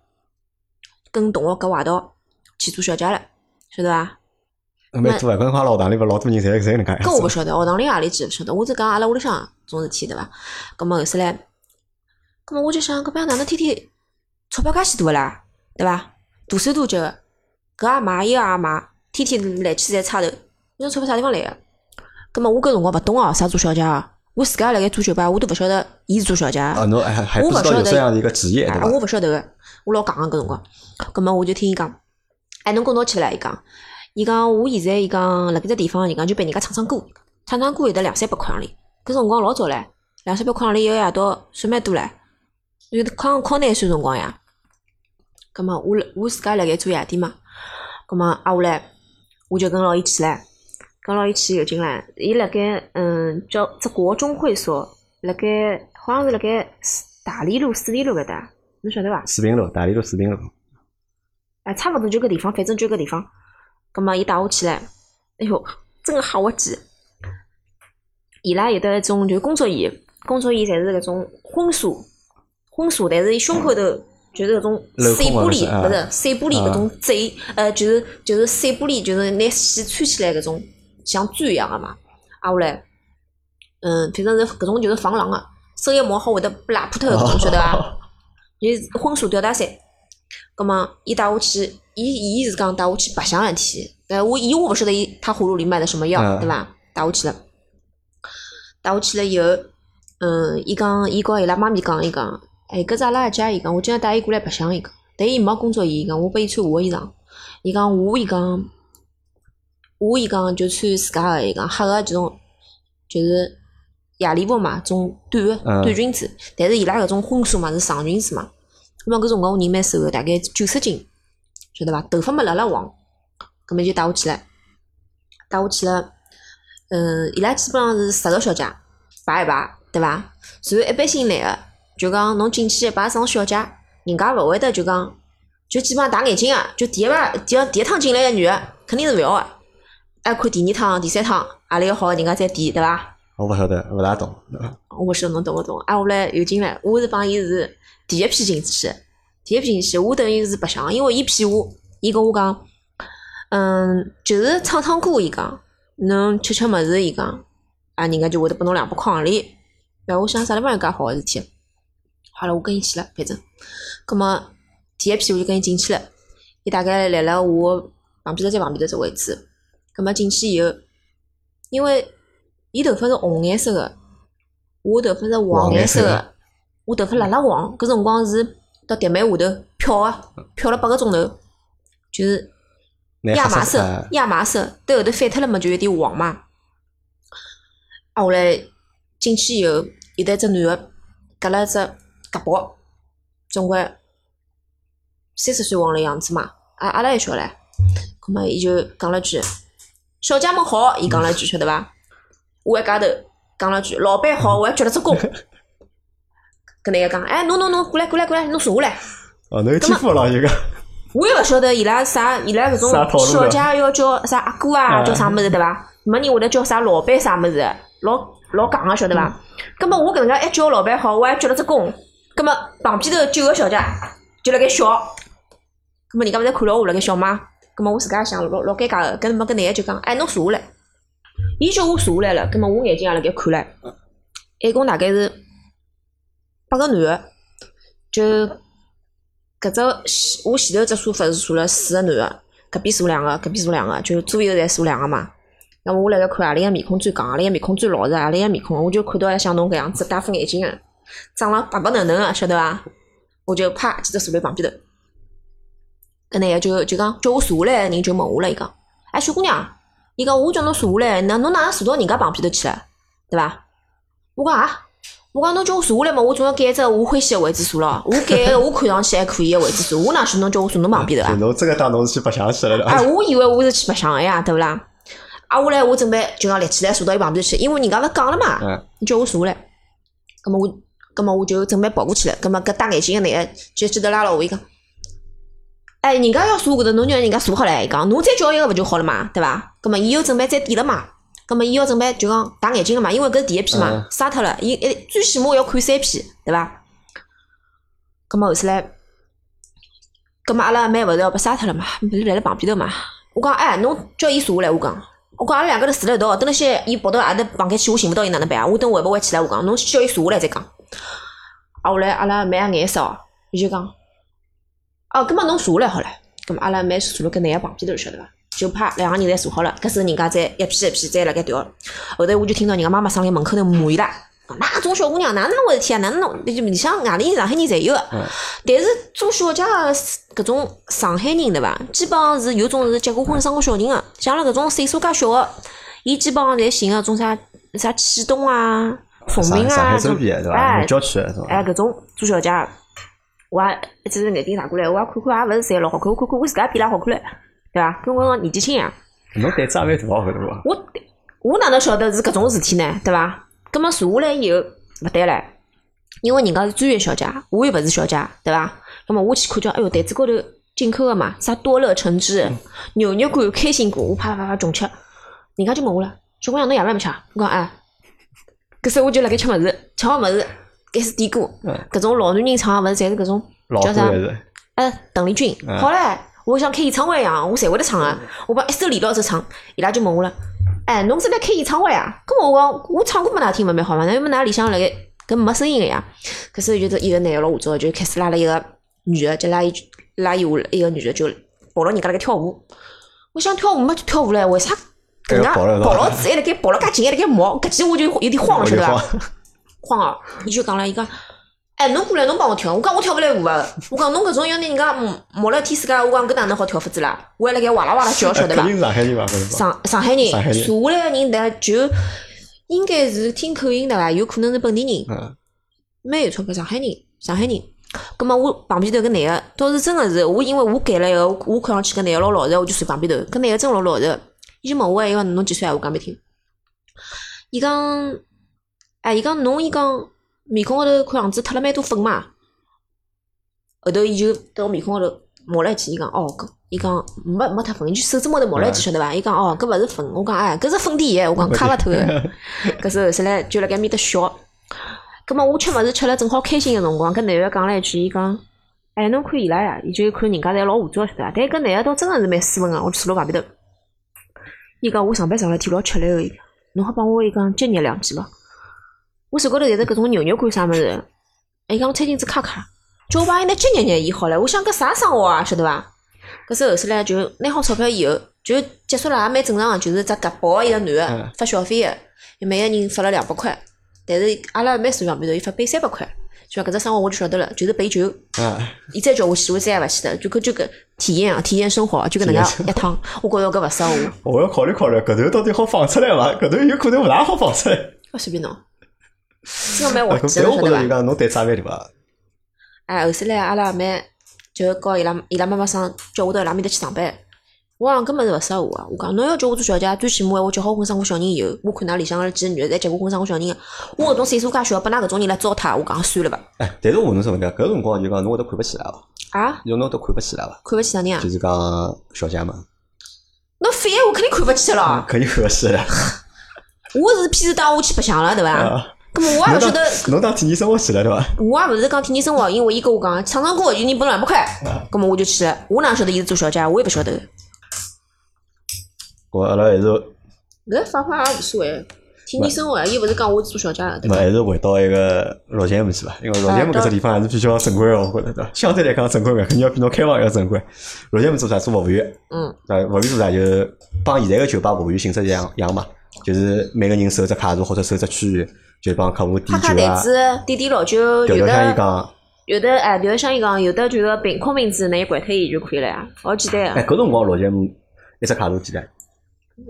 Speaker 2: 跟同学搿外头去做小姐了，晓得伐？
Speaker 1: 蛮多啊。搿辰光老堂里勿老多人侪侪搿能介样
Speaker 2: 搿我
Speaker 1: 子
Speaker 2: 勿晓得，学堂里何里去勿晓得，我只讲阿拉屋里向种事体对伐？葛末后头来，葛末我就想，搿边哪能天天钞票介许多个啦，对伐？大手大脚个，搿也买，伊个也买，天天来去侪差头，侬钞票啥地方来个？葛末我搿辰光勿懂哦，啥做小姐哦，我自家辣盖做酒吧，我都勿晓得伊是做小姐啊
Speaker 1: 啊，侬还还
Speaker 2: 我
Speaker 1: 不知道
Speaker 2: 勿晓
Speaker 1: 有
Speaker 2: 得
Speaker 1: 这样的一个职业，对
Speaker 2: 哎，
Speaker 1: 伐
Speaker 2: 我？勿晓得个，我老戆个搿辰光，葛末我就听伊讲，哎，侬跟侬去了，伊讲，伊讲我现在伊讲辣搿只地方，伊讲就陪人家唱唱歌，唱唱歌有得两三百块洋钿，搿辰光老早唻，两三百块洋钿一个夜到算蛮多唻，有得靠靠廿岁辰光呀。葛末我辣我自家辣盖做夜店嘛，葛末挨下来我就跟牢伊去唻，跟牢伊去有劲唻，伊辣盖嗯叫只国中会所，辣盖好像是辣盖四大理路四里路搿搭，侬晓得伐？
Speaker 1: 四平路，大理路四平路，
Speaker 2: 哎，差勿多就搿地方，反正就搿地方。葛末伊带我去唻，哎哟，真个吓滑稽。伊拉有得一种就是工作椅，工作椅侪是搿种婚纱，婚纱，但是伊胸口头就是搿种
Speaker 1: 镂
Speaker 2: 碎
Speaker 1: 空
Speaker 2: 玻
Speaker 1: 的
Speaker 2: 璃，
Speaker 1: 是啊
Speaker 2: 勿是碎玻璃搿种嘴，呃，就是就是碎玻璃，就是拿线穿起来搿种像砖一样个嘛。啊，下来， 嗯，反正是搿种就是防狼个，手一摸好会得被拉破脱搿种，晓得伐？伊是婚纱吊带赛，葛末伊带我去，伊伊是讲带我去白相一天，但我伊我不晓得伊他葫芦里卖的什么药，
Speaker 1: 嗯
Speaker 2: 对伐？带我去了，带我去了以后，嗯，伊讲伊告伊拉妈咪讲，伊讲，哎，搿是阿拉阿姐，伊讲，我今朝带伊过来白相，伊讲，但伊没工作伊讲，我拨伊穿我的衣裳，伊讲我伊讲，我伊讲就穿自家个，伊讲黑个这种就是夜礼服嘛，种短个
Speaker 1: 嗯
Speaker 2: 短裙子，但是伊拉搿种婚纱嘛是长裙子嘛，葛末搿辰光我人蛮瘦个，大概九十斤，晓得伐？头发嘛辣辣黄，葛末就带我去了，带我去了，嗯，伊拉基本上是十个小姐排一排，对伐？然后一般性来个，就讲侬进去一排上小姐，人家勿会得就讲，就基本上戴眼镜啊，就第一排第一第一趟进来个女个肯定是勿要个，还看第二趟、第三趟，阿拉要好个人家再点，对伐？
Speaker 1: 我勿晓得，勿大懂。
Speaker 2: 我勿晓得侬懂勿懂，挨下来又进来，我是帮伊是第一批进去的，第一批进去，我等于是白相，因为伊骗我，伊跟我讲，嗯，就是唱唱歌，伊讲，侬吃吃物事，伊讲，啊，人家就会得拨侬两百块行钿。然后我想啥地方有介好个事体？好了，我跟伊去了，反正，葛末第一批我就跟伊进去了，伊大概来了我旁边头再旁边头只位置，葛末进去以后，因为伊头发是红颜色个，我头发是
Speaker 1: 黄
Speaker 2: 黄颜色
Speaker 1: 颜色
Speaker 2: 个
Speaker 1: 的，
Speaker 2: 我头发辣辣黄，搿辰光是到迪麦下头漂啊，漂了八个钟头，就是
Speaker 1: 拿
Speaker 2: 亚
Speaker 1: 黑
Speaker 2: 麻
Speaker 1: 色
Speaker 2: 色
Speaker 1: 哎，
Speaker 2: 亚麻色，到后头翻脱了嘛，就有点黄嘛。啊，后来进去以后，有得一只男个夹了一只夹包，总归三十岁往了样子嘛，啊，阿拉还小唻。葛末伊就讲了句：“小姐们好。”伊讲了句，晓得伐？我还加头讲了句：“老板好。”我还鞠了只躬。搿能介讲，哎，侬侬侬过来过来过来，侬坐下来。
Speaker 1: 哦，侬有天赋了，就 个。
Speaker 2: 啊我也勿晓得伊拉啥，伊拉搿种
Speaker 1: 啥套路
Speaker 2: 小
Speaker 1: 的
Speaker 2: 姐要叫啥阿哥啊，
Speaker 1: 嗯
Speaker 2: 叫啥物事对伐？没人会得叫啥老板啥物事，老老戆个晓得伐？
Speaker 1: 嗯
Speaker 2: 葛末我搿能介一叫老板好，我还鞠了只躬。葛末旁边头九个小姐就辣盖笑，葛末人家勿是看牢我辣盖笑吗？葛末我自家也想老老尴尬个，搿么搿男个就讲，哎，侬坐下来。伊叫我坐下来了，葛末我眼睛也辣盖看唻，一共大概是八个男个，就搿只前我前头只沙发是坐了四个男个，搿边坐两个，搿边坐两个，就是左右侪坐两个嘛。那么我辣盖看阿里个面孔最戆，阿里个面孔最老实，阿里个面孔，我就看到了像侬搿样子戴副眼镜个，长了白白嫩嫩个，晓得伐？我就啪记得坐辣旁边头。搿男个就就讲叫我坐下来，人就问我了，伊讲，哎，小姑娘，伊讲我叫侬坐下来，那侬哪能坐到人家旁边头去了，对伐？我讲啊，我讲侬叫我坐下来嘛，我总要改一只我欢喜个位置坐咯，我改一个我看上去还可以个位置坐，我哪许能叫我坐侬旁边头啊
Speaker 1: 就？侬真个当侬是去白相去了
Speaker 2: 哎，
Speaker 1: 了。
Speaker 2: 我以为我是去白相个呀，对勿啦？啊，我来我准备就讲立起来坐到伊旁边去，因为人家勿讲了嘛。
Speaker 1: 嗯，
Speaker 2: 你叫我坐下来，葛么我，葛么我就准备跑过去了，葛么啊搿戴眼镜个男个就记得拉牢我伊讲，哎，人家要坐搿头，侬就让人家坐好唻，伊讲侬再叫一个勿就好了嘛，对伐？葛么伊又准备再点了嘛，葛么伊要准备就讲戴眼镜了嘛，因为搿是第一批嘛
Speaker 1: 嗯，
Speaker 2: 杀脱了，伊一最起码要看三批，对伐？葛么后头来，葛啊么阿拉阿妹勿是要被杀脱了嘛，勿是来了旁边头嘛，我讲哎，侬叫伊坐下来，我讲。我讲阿拉两个头住了一道，等那些伊跑到阿搭房间去，我寻勿到伊哪能办啊？我等回不回去了？我讲侬叫伊坐下来再讲。啊，后来阿拉妹眼少，伊就讲，哦，葛末侬坐下来好了。葛末阿拉妹坐辣搿男个旁边头，晓得伐？就怕两个人侪坐好了，搿时候人家再一批一批再辣盖调。后头我就听到人家妈妈上来门口头骂伊拉，讲哪种小姑娘哪能弄个事体啊？哪能弄？就里向外地人、上海人侪有个。
Speaker 1: 嗯
Speaker 2: 但是做小姐个搿种上海人对伐？基本上是有种是结过婚、生过小人个，像阿拉搿种岁数介小个，伊基本上侪寻个种啥啥启东啊、凤鸣
Speaker 1: 上上海
Speaker 2: 啊，这
Speaker 1: 周
Speaker 2: 种
Speaker 1: 边对伐？
Speaker 2: 哎
Speaker 1: 有郊区是伐？
Speaker 2: 哎，搿种做小姐，我也一直是眼睛拿过来，我也看看，也勿是侪老好看，我看看我自家比伊拉好看唻，对伐？跟我年纪轻呀，
Speaker 1: 侬胆子也蛮大个对伐？
Speaker 2: 我我哪能晓得是搿种事体呢？对伐？葛末坐下来以后勿对唻，因为人家是专业小姐，我又勿是小姐，对伐？葛末我去看叫，哎哟，台子高头进口个嘛，啥多乐橙汁、
Speaker 1: 嗯
Speaker 2: 牛肉干、开心果，我啪啪啪啪穷吃，人家就问我了，小姑娘侬夜饭没吃啊？我讲哎，搿时候我就辣盖吃物事，吃好物事开始点歌，
Speaker 1: 嗯
Speaker 2: 搿种老男人唱个物事侪是搿种
Speaker 1: 老
Speaker 2: 叫
Speaker 1: 多
Speaker 2: 啥
Speaker 1: 还？是？
Speaker 2: 呃，邓丽君，
Speaker 1: 嗯
Speaker 2: 好嘞，我像开演唱会一样，我侪会得唱啊，我把一首连到一首唱，伊拉就问我了，哎，侬是来开演唱会啊？咁我讲，我唱歌拨㑚听勿蛮好嘛，那么㑚里向辣盖搿没声音个呀。搿时候就是一个男个老早就开始拉了一个女个，就拉伊拉伊下一个女个就抱牢人家辣盖跳舞。我想跳舞嘛就跳舞唻，为啥搿能介
Speaker 1: 还哎要抱了
Speaker 2: 抱牢子还辣盖抱了介紧，还辣盖摸？搿记我就有点慌了，晓得伐？晃啊！伊就讲了，伊讲，哎，侬过来，侬帮我跳。我讲我跳勿来舞啊。我讲侬搿种要拿人家磨磨了一天世界，我讲搿哪能好跳法子啦？我还辣盖哇啦哇啦叫，晓得伐
Speaker 1: 哎肯？定是上啊海人伐？搿辰光
Speaker 2: 上上海人，
Speaker 1: 上海人
Speaker 2: 坐下来个人，大家就应该是听口音对伐？有可能是本地人，
Speaker 1: 嗯，
Speaker 2: 蛮有钞票，上海人，上海人。葛末我旁边头搿男个，倒是真个是，我因为我改了一个，我我看上去搿男个老老实，我就坐旁边头。搿男个真老老实，伊就问我，伊讲侬几岁啊？我讲没听。伊讲，哎，伊讲侬，伊讲面孔高头看样子脱了蛮多粉嘛。后头伊就到我面孔高头抹了一记，伊讲哦，搿伊讲没没脱粉，伊就手指末头抹了一记，晓得伐？伊讲哦，搿勿是粉，我讲哎，搿是粉底液，我讲擦勿脱个。搿时候是来就辣盖埃面搭笑。葛末我吃物事吃了正好开心个辰光，搿男个讲了一句，伊讲，哎，侬看伊拉呀，伊就看人家侪老下作晓得伐？但搿男个倒真个是蛮斯文个，我就坐辣旁边头。伊讲我上班上了天老吃力个，伊讲，侬好帮我伊讲节热两记伐？我手高头侪是搿种牛肉干啥物事，哎伊讲我餐巾纸卡卡，叫我帮伊拿节热热伊好唻。我想搿啥生活啊，晓得伐？搿时候后头来就拿好钞票以后，就结束了，也蛮正常个，啊就是只夹薄个一个男
Speaker 1: 嗯
Speaker 2: 个发小费个，伊每个人发了两百块，但是阿拉蛮随旁边头，伊发背三百块，就讲搿只生活我就晓得了，就是陪酒。
Speaker 1: 啊，
Speaker 2: 伊再叫我去，我再也勿去了，就搿就搿体验啊，体验生活啊，就搿能介一趟，我觉着搿勿适合我。
Speaker 1: 我要考虑考虑，搿头到底好放出来伐？搿头有可能勿大好放出来。
Speaker 2: 我随便侬，哦真个蛮滑
Speaker 1: 啊
Speaker 2: 稽
Speaker 1: 搿
Speaker 2: 的，
Speaker 1: 但我觉
Speaker 2: 晓
Speaker 1: 着
Speaker 2: 得
Speaker 1: 就
Speaker 2: 伐？
Speaker 1: 讲侬胆子也蛮大啊，
Speaker 2: 哎，后首来阿拉蛮就告伊拉伊拉妈妈商叫我到伊拉面搭去上班。我讲搿物事勿适合我啊！我讲侬要叫我做小姐，最起码我结好婚生过小人以后，我看㑚里向个几个女的侪结过婚生过小人个，我搿种岁数介小，拨㑚搿种人来糟蹋，我讲算了伐？
Speaker 1: 哎，但是我问侬什么个？搿辰光就讲侬会得看不起伊拉伐？
Speaker 2: 啊，
Speaker 1: 就侬会得看不起伊拉伐？
Speaker 2: 看勿起啥人啊
Speaker 1: 就？是讲小姐嘛，
Speaker 2: 侬反我肯定看勿起了咯，
Speaker 1: 肯定看不起伊拉。
Speaker 2: 啊我是偏是带我去白相了，对伐？
Speaker 1: 啊
Speaker 2: 搿么我也
Speaker 1: 侬
Speaker 2: 勿晓
Speaker 1: 当
Speaker 2: 得
Speaker 1: 侬当体验生活去了对伐？
Speaker 2: 我也勿是讲体验生活，因为伊跟我讲，唱唱歌一人拨两百块，葛么我就去了。我哪晓得伊是做小姐，我也勿晓得。
Speaker 1: 我阿拉还是
Speaker 2: 搿方法也无所谓，体验生活又勿是讲我是做小姐的，对
Speaker 1: 那
Speaker 2: 伐？
Speaker 1: 还是回到一个老节目去吧，因为老节目搿只地方还是比较正规的，我觉得对吧？相对来讲正规眼，肯定要比侬开放要正规。老节目做啥？做服务员，
Speaker 2: 嗯，
Speaker 1: 呃，服务员做啥？就是帮现在个酒吧服务员性质一样样嘛，就是每个人守只卡座或者守只区域，就帮客户点
Speaker 2: 拍拍
Speaker 1: 酒
Speaker 2: 台
Speaker 1: 啊，
Speaker 2: 子，点点老酒，
Speaker 1: 调
Speaker 2: 有
Speaker 1: 调香伊
Speaker 2: 的
Speaker 1: 讲。
Speaker 2: 有的哎，调调像伊讲，有的就是凭空名字，拿伊掼脱伊就可以了呀，好简单
Speaker 1: 哎，
Speaker 2: 啊。
Speaker 1: 搿辰光老节目一只卡座几钿？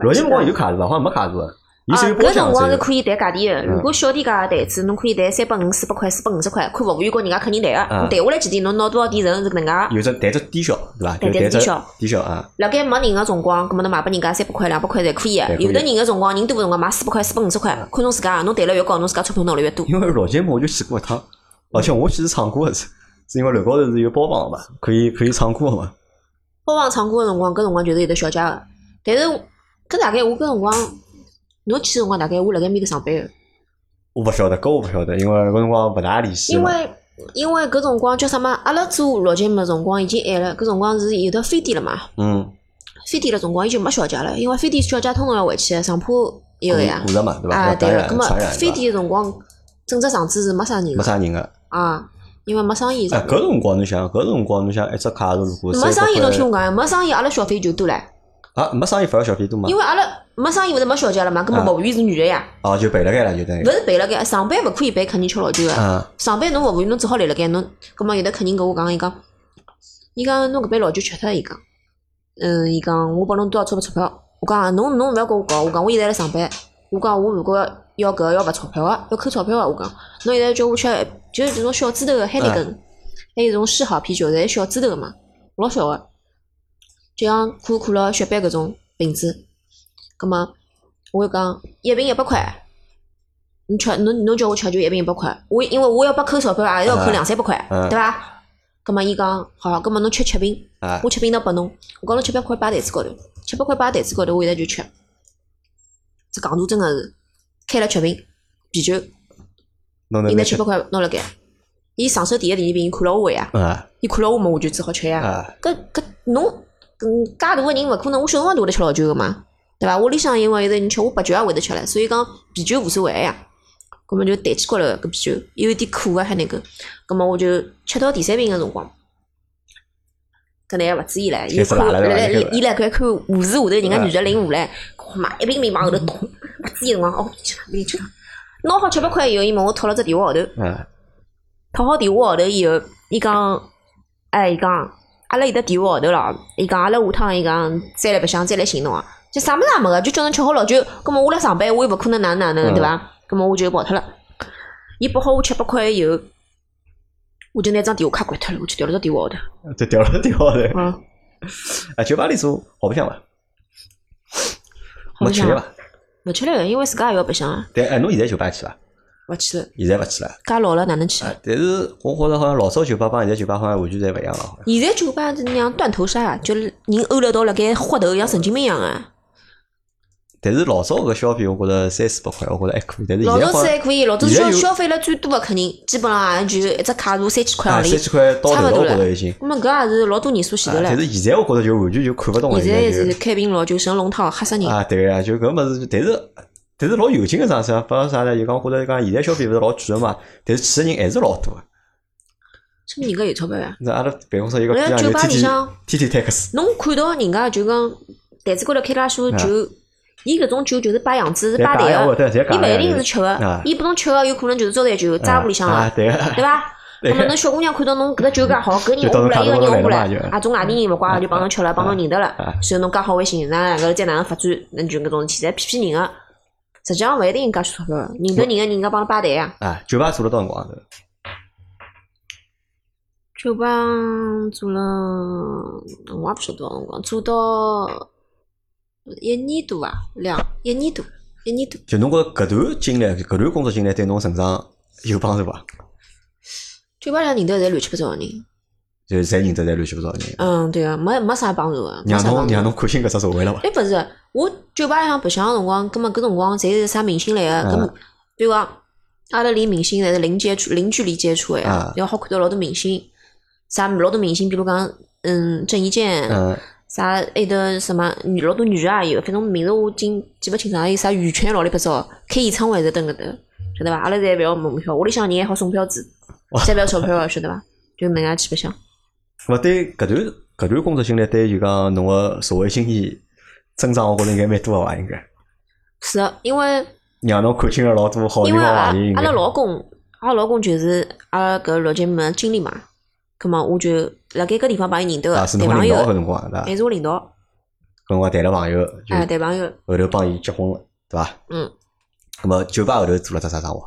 Speaker 1: 老节目光有卡座伐？好像没卡座，伊
Speaker 2: 啊，
Speaker 1: 只有包
Speaker 2: 搿
Speaker 1: 厢
Speaker 2: 辰光
Speaker 1: 只
Speaker 2: 是
Speaker 1: 有。
Speaker 2: 可以谈价钿的。
Speaker 1: 嗯
Speaker 2: 如果小店家的台子，侬可以谈三百五、四百块、四百五十块，看服务员跟人家客人谈
Speaker 1: 啊
Speaker 2: 个。你谈下来几钿，侬拿多少点成是搿能介。
Speaker 1: 有只带只低消，对伐？
Speaker 2: 对
Speaker 1: 就
Speaker 2: 带
Speaker 1: 带只
Speaker 2: 只低消
Speaker 1: 低消啊，
Speaker 2: 辣盖没人个辰光，葛末侬卖拨人家三百块、两百块侪可以
Speaker 1: 侪
Speaker 2: 个。
Speaker 1: 可以嗯
Speaker 2: 有的人个辰光，人多个辰光卖四百块、四百五十块，看侬自家，侬谈了越高，侬自家钞票拿了越多。
Speaker 1: 因为老节目我就去过一趟，而且我其实唱歌的是，是因为楼高头是有包房的嘛，可以可以唱歌的嘛。
Speaker 2: 包房唱歌个辰光，搿辰光就是有得小姐个。但是搿大概我搿辰光，侬去个辰光大概我辣盖埃面头上班个，
Speaker 1: 我不晓得，搿我不晓得，因为搿辰光勿大联系
Speaker 2: 因
Speaker 1: 嘛。
Speaker 2: 为因为搿辰光叫啥嘛？阿拉做老节目个辰光已经晚了，搿辰光是有得非典了嘛？
Speaker 1: 嗯，
Speaker 2: 非典个辰光伊就没小姐了，因为非典小姐通常要回去上铺一个呀
Speaker 1: 顾。着嘛，对伐？
Speaker 2: 啊，
Speaker 1: 要感
Speaker 2: 对个，
Speaker 1: 染
Speaker 2: 葛末
Speaker 1: 传染，
Speaker 2: 非
Speaker 1: 对伐
Speaker 2: 典个辰光，整只场子是没啥人
Speaker 1: 没
Speaker 2: 个
Speaker 1: 啥人个。
Speaker 2: 啊，因为没生意啥
Speaker 1: 哎，
Speaker 2: 的。
Speaker 1: 搿辰光侬想，搿辰光侬想一只卡如果
Speaker 2: 没生意，侬
Speaker 1: 侬
Speaker 2: 听我讲，没生意，阿拉小费就多唻，
Speaker 1: 啊，没生意反而小费多嘛
Speaker 2: 因，为阿拉没生意，勿是没小姐了嘛，搿么
Speaker 1: 啊
Speaker 2: 服务员是女的呀，
Speaker 1: 哦，就赔了该了，就等于
Speaker 2: 勿。是陪辣盖上班，勿可以陪客人吃老酒个。
Speaker 1: 啊，
Speaker 2: 上班侬服务员，侬只好立辣盖侬，搿么有的客人跟我讲，伊讲，伊讲侬搿杯老酒吃脱，伊讲，嗯，伊讲我拨侬多少钞票钞票，我讲啊侬侬勿要跟我搞，我讲我现在辣上班，我讲我如果要搿个要罚钞票个，要扣钞票个，啊我讲，侬现在叫我吃，就是这种小猪头个海尼根，还有这种嗜好啤酒，侪小猪头个嘛，老小个，就像可口可乐、雪碧搿种瓶子，葛么我就讲一瓶一百块。你吃侬侬叫我吃就一瓶一百块，我因为我要拨扣钞票，啊也要扣
Speaker 1: 嗯
Speaker 2: 两三百块，
Speaker 1: 嗯
Speaker 2: 对伐？葛么伊讲好，葛么侬吃七瓶，
Speaker 1: 啊
Speaker 2: 我七瓶都拨侬，我讲侬七百块摆台子高头，七百块摆台子高头，我现在就吃。这戆大真个是开了七瓶啤酒，
Speaker 1: 侬能
Speaker 2: 伊拿
Speaker 1: 拿
Speaker 2: 七
Speaker 1: 去
Speaker 2: 百块拿辣盖，伊上手第一第二瓶，伊看牢我呀，
Speaker 1: 啊
Speaker 2: 伊看牢我嘛，我就只好吃呀。
Speaker 1: 啊，
Speaker 2: 搿搿侬嗯搿介大个人勿可能，我小辰光都会得吃老酒个嘛，对伐？屋里向因为有的人吃，我白酒也会得吃唻，所以讲啤酒无所谓呀。葛末就弹起高头搿啤酒，有一点苦啊个还能够，葛末我就吃到第三瓶个辰光，搿男个勿注意唻，伊
Speaker 1: 开始
Speaker 2: 看
Speaker 1: 拉了对伐
Speaker 2: 来
Speaker 1: 开始
Speaker 2: 伊辣盖看护士下头人家女的领下来，妈一瓶瓶往后头捅， 勿注意辰光哦，吃糖，吃糖，拿好七八块以后，伊问我讨了只电话号头。
Speaker 1: 嗯，
Speaker 2: 讨好电话号头以后，伊讲，哎，伊讲，阿拉有得电话号头了，伊讲阿拉下趟伊讲再来白相，再来寻侬啊，就啥物事也没个，就叫侬吃好老酒，葛末我来上班，我又勿可能哪能哪能，对伐？葛末我就跑脱了。伊拨好我七八块以后，我就拿张电话卡关脱了，我就调了只电话号头。
Speaker 1: 就掉了 掉了的。
Speaker 2: 嗯，
Speaker 1: 啊，酒吧里做好白相伐？
Speaker 2: 好
Speaker 1: 没
Speaker 2: 白
Speaker 1: 吃
Speaker 2: 相啊
Speaker 1: 力伐？
Speaker 2: 勿吃力个，因为自家也要白相啊，
Speaker 1: 但哎，侬现在酒吧去伐？
Speaker 2: 勿去了，
Speaker 1: 现在勿去了。
Speaker 2: 介老了哪能去？
Speaker 1: 啊，但是我觉着好像老早酒吧帮现在酒吧好像完全侪勿一样了。好像
Speaker 2: 现在酒吧是像断头山啊，就人欧了到辣盖豁头，像神经病一样啊。
Speaker 1: 但是老早搿消费，我觉着三四百块，我觉着还可以。但是
Speaker 2: 老
Speaker 1: 现在
Speaker 2: 早
Speaker 1: 好
Speaker 2: 子还
Speaker 1: 像
Speaker 2: 可以，老早
Speaker 1: 现在
Speaker 2: 消
Speaker 1: 有
Speaker 2: 消费了最多的肯定基本上也就一只卡座三千块
Speaker 1: 啊，
Speaker 2: 行
Speaker 1: 三
Speaker 2: 钿。
Speaker 1: 千块到头
Speaker 2: 差
Speaker 1: 了，
Speaker 2: 不
Speaker 1: 我
Speaker 2: 多
Speaker 1: 觉着
Speaker 2: 了
Speaker 1: 已经。
Speaker 2: 那么搿也是老多年数前头
Speaker 1: 啊
Speaker 2: 了
Speaker 1: 但。是现在我觉着就完全就看勿懂了，
Speaker 2: 现在
Speaker 1: 就是
Speaker 2: 开瓶老酒神龙套吓死人，
Speaker 1: 啊，对啊，就搿物事，但是但是老有劲个啥事啊？反正啥呢？就讲觉着讲现在消费勿是老贵个嘛，但是去个人还是老多个。
Speaker 2: 说明人家有钞票呀。
Speaker 1: 那阿拉办公室有个
Speaker 2: 我
Speaker 1: 姑
Speaker 2: 在
Speaker 1: 娘
Speaker 2: 酒
Speaker 1: 就
Speaker 2: 吧
Speaker 1: 天
Speaker 2: 里
Speaker 1: 天
Speaker 2: 向，
Speaker 1: 天天 tax，
Speaker 2: 侬看到人家就讲台子高头开拉许多酒，伊搿种酒就是摆样子，是摆
Speaker 1: 对
Speaker 2: 台
Speaker 1: 啊摆的，
Speaker 2: 个
Speaker 1: 对
Speaker 2: 伊勿一定
Speaker 1: 对
Speaker 2: 是吃
Speaker 1: 啊
Speaker 2: 个，伊拨侬吃个有可能就是招待酒，渣屋里向
Speaker 1: 啊，
Speaker 2: 个，
Speaker 1: 对啊，
Speaker 2: 对伐？
Speaker 1: 对
Speaker 2: 那么侬小姑娘看到侬搿只酒介好，搿人
Speaker 1: 就
Speaker 2: 红过来，
Speaker 1: 到
Speaker 2: 一个
Speaker 1: 侬
Speaker 2: 人
Speaker 1: 卡
Speaker 2: 红
Speaker 1: 头
Speaker 2: 过
Speaker 1: 来
Speaker 2: 来
Speaker 1: 了嘛，就
Speaker 2: 啊，种外地人勿怪，就帮侬吃了，帮侬认得了
Speaker 1: 啊，
Speaker 2: 所以侬介好欢喜人，哪能搿再哪能发展，侬就搿种现在骗骗人个。实际上勿一定介许钞票个，认得人个人家帮侬摆台啊。
Speaker 1: 啊，酒吧做了多少辰光？
Speaker 2: 酒吧做了，我也勿晓得多少辰光，做到一年多伐，两一年多，一年多。
Speaker 1: 就侬觉着搿段经历，搿段工作经历对侬成长有帮助伐？
Speaker 2: 酒吧里向认得侪乱七八糟个人，
Speaker 1: 就侪认得侪乱七八糟的人，
Speaker 2: 嗯，对个，没没啥帮助个，没
Speaker 1: 让
Speaker 2: 啥帮
Speaker 1: 侬
Speaker 2: 助
Speaker 1: 让。侬看清搿只社会了伐？
Speaker 2: 哎，不是，我酒吧里向白相个辰光，葛末搿辰光侪是啥明星来个，葛末比如讲，阿拉离明星侪是零接触、零距离接触个呀
Speaker 1: 啊，
Speaker 2: 要好看到老多明星，啥老多明星，比如讲，嗯，郑伊健，
Speaker 1: 嗯，
Speaker 2: 啥埃头什么女老多女个也有，反正名字我记记勿清爽，还有啥羽泉老里八 E 糟，开演唱会侪蹲搿头，晓得伐？阿拉侪勿要门票，屋里向人还好送票子，侪勿要钞票个，晓得伐？就能介去白相。
Speaker 1: 咾对搿段搿段工作经历，对就讲侬个社会经验增长，我觉着应该蛮多个伐？应该
Speaker 2: 是的，因为。
Speaker 1: 让侬看清了老多哦好地
Speaker 2: 因为
Speaker 1: 方
Speaker 2: 阿
Speaker 1: 坏人，应
Speaker 2: 阿
Speaker 1: 该
Speaker 2: 拉老公，阿拉老公就是阿拉搿录节目的经理嘛，葛末我就辣盖搿地方帮伊认得
Speaker 1: 啊
Speaker 2: 个，
Speaker 1: 是
Speaker 2: 谈
Speaker 1: 侬个
Speaker 2: 朋
Speaker 1: 领
Speaker 2: 友
Speaker 1: 导搿
Speaker 2: 的，
Speaker 1: 辰光对伐？
Speaker 2: 还是我领导，
Speaker 1: 搿辰光谈了朋友，就
Speaker 2: 哎，谈朋友，
Speaker 1: 后头帮伊结婚了，对伐？
Speaker 2: 嗯。
Speaker 1: 咾么酒吧后头做了只啥生活？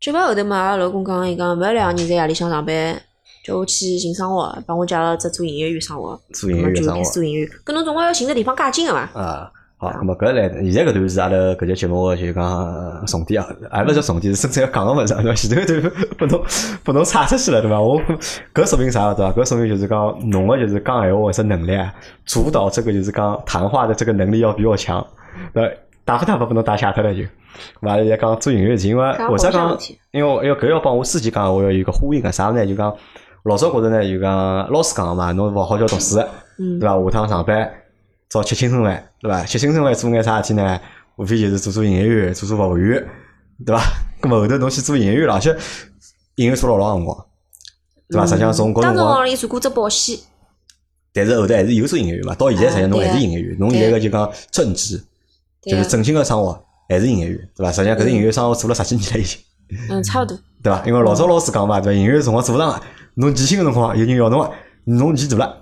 Speaker 2: 酒吧后头嘛，阿拉老公讲，伊讲勿要两个人在夜里向上班，叫我去寻生活，帮我介绍只做营业员生活，
Speaker 1: 做
Speaker 2: 葛
Speaker 1: 营
Speaker 2: 末
Speaker 1: 业
Speaker 2: 就
Speaker 1: 员生
Speaker 2: 开始
Speaker 1: 活
Speaker 2: 做营业员，搿侬总归要寻个地方介近个伐？
Speaker 1: 啊。好，咾么搿来，现在搿段是阿拉搿节节目个就讲重点啊，还勿是叫重点，是真正要讲个物事啊，对伐？前头 就拨侬拨侬岔出去了，对伐？我搿说明啥了，对伐？搿说明就是讲侬个就是讲闲话搿只能力，啊，主导这个就是讲谈话的这个能力要比我强。那打发打发拨侬打瞎脱了就，对伐？现在讲做音乐啊是因为
Speaker 2: 讲
Speaker 1: 为啥
Speaker 2: 好像
Speaker 1: 讲
Speaker 2: 问题？
Speaker 1: 因为我要搿要帮我自己讲，我要有一个呼应个啥呢？就讲老早觉着呢，就讲老师讲个嘛，侬勿好叫读书个。
Speaker 2: 嗯
Speaker 1: 对，伐？下趟上班早吃青春饭，对伐？吃青春饭做眼啥事体呢？无非就是做做营业员，做做服务员， 对伐？咁么后头侬去做营业员了，而且营业员做了老长辰光，对伐？实际上从搿
Speaker 2: 嗯当
Speaker 1: 辰
Speaker 2: 中
Speaker 1: 光，
Speaker 2: 往里做过只保险，
Speaker 1: 但是后头还是有做营业员嘛。到现在实际上侬还是营业员，侬现在个就讲正职，
Speaker 2: 啊对
Speaker 1: 就
Speaker 2: 啊
Speaker 1: 是正经个生活还是营业员，对伐？实际上搿是营业员生活做了十几年了已经。
Speaker 2: 嗯，差勿多，
Speaker 1: 对伐？因为老早老师讲嘛，对伐？营业员辰光做勿上啊，侬年轻个辰光有人要侬啊，侬年纪大了，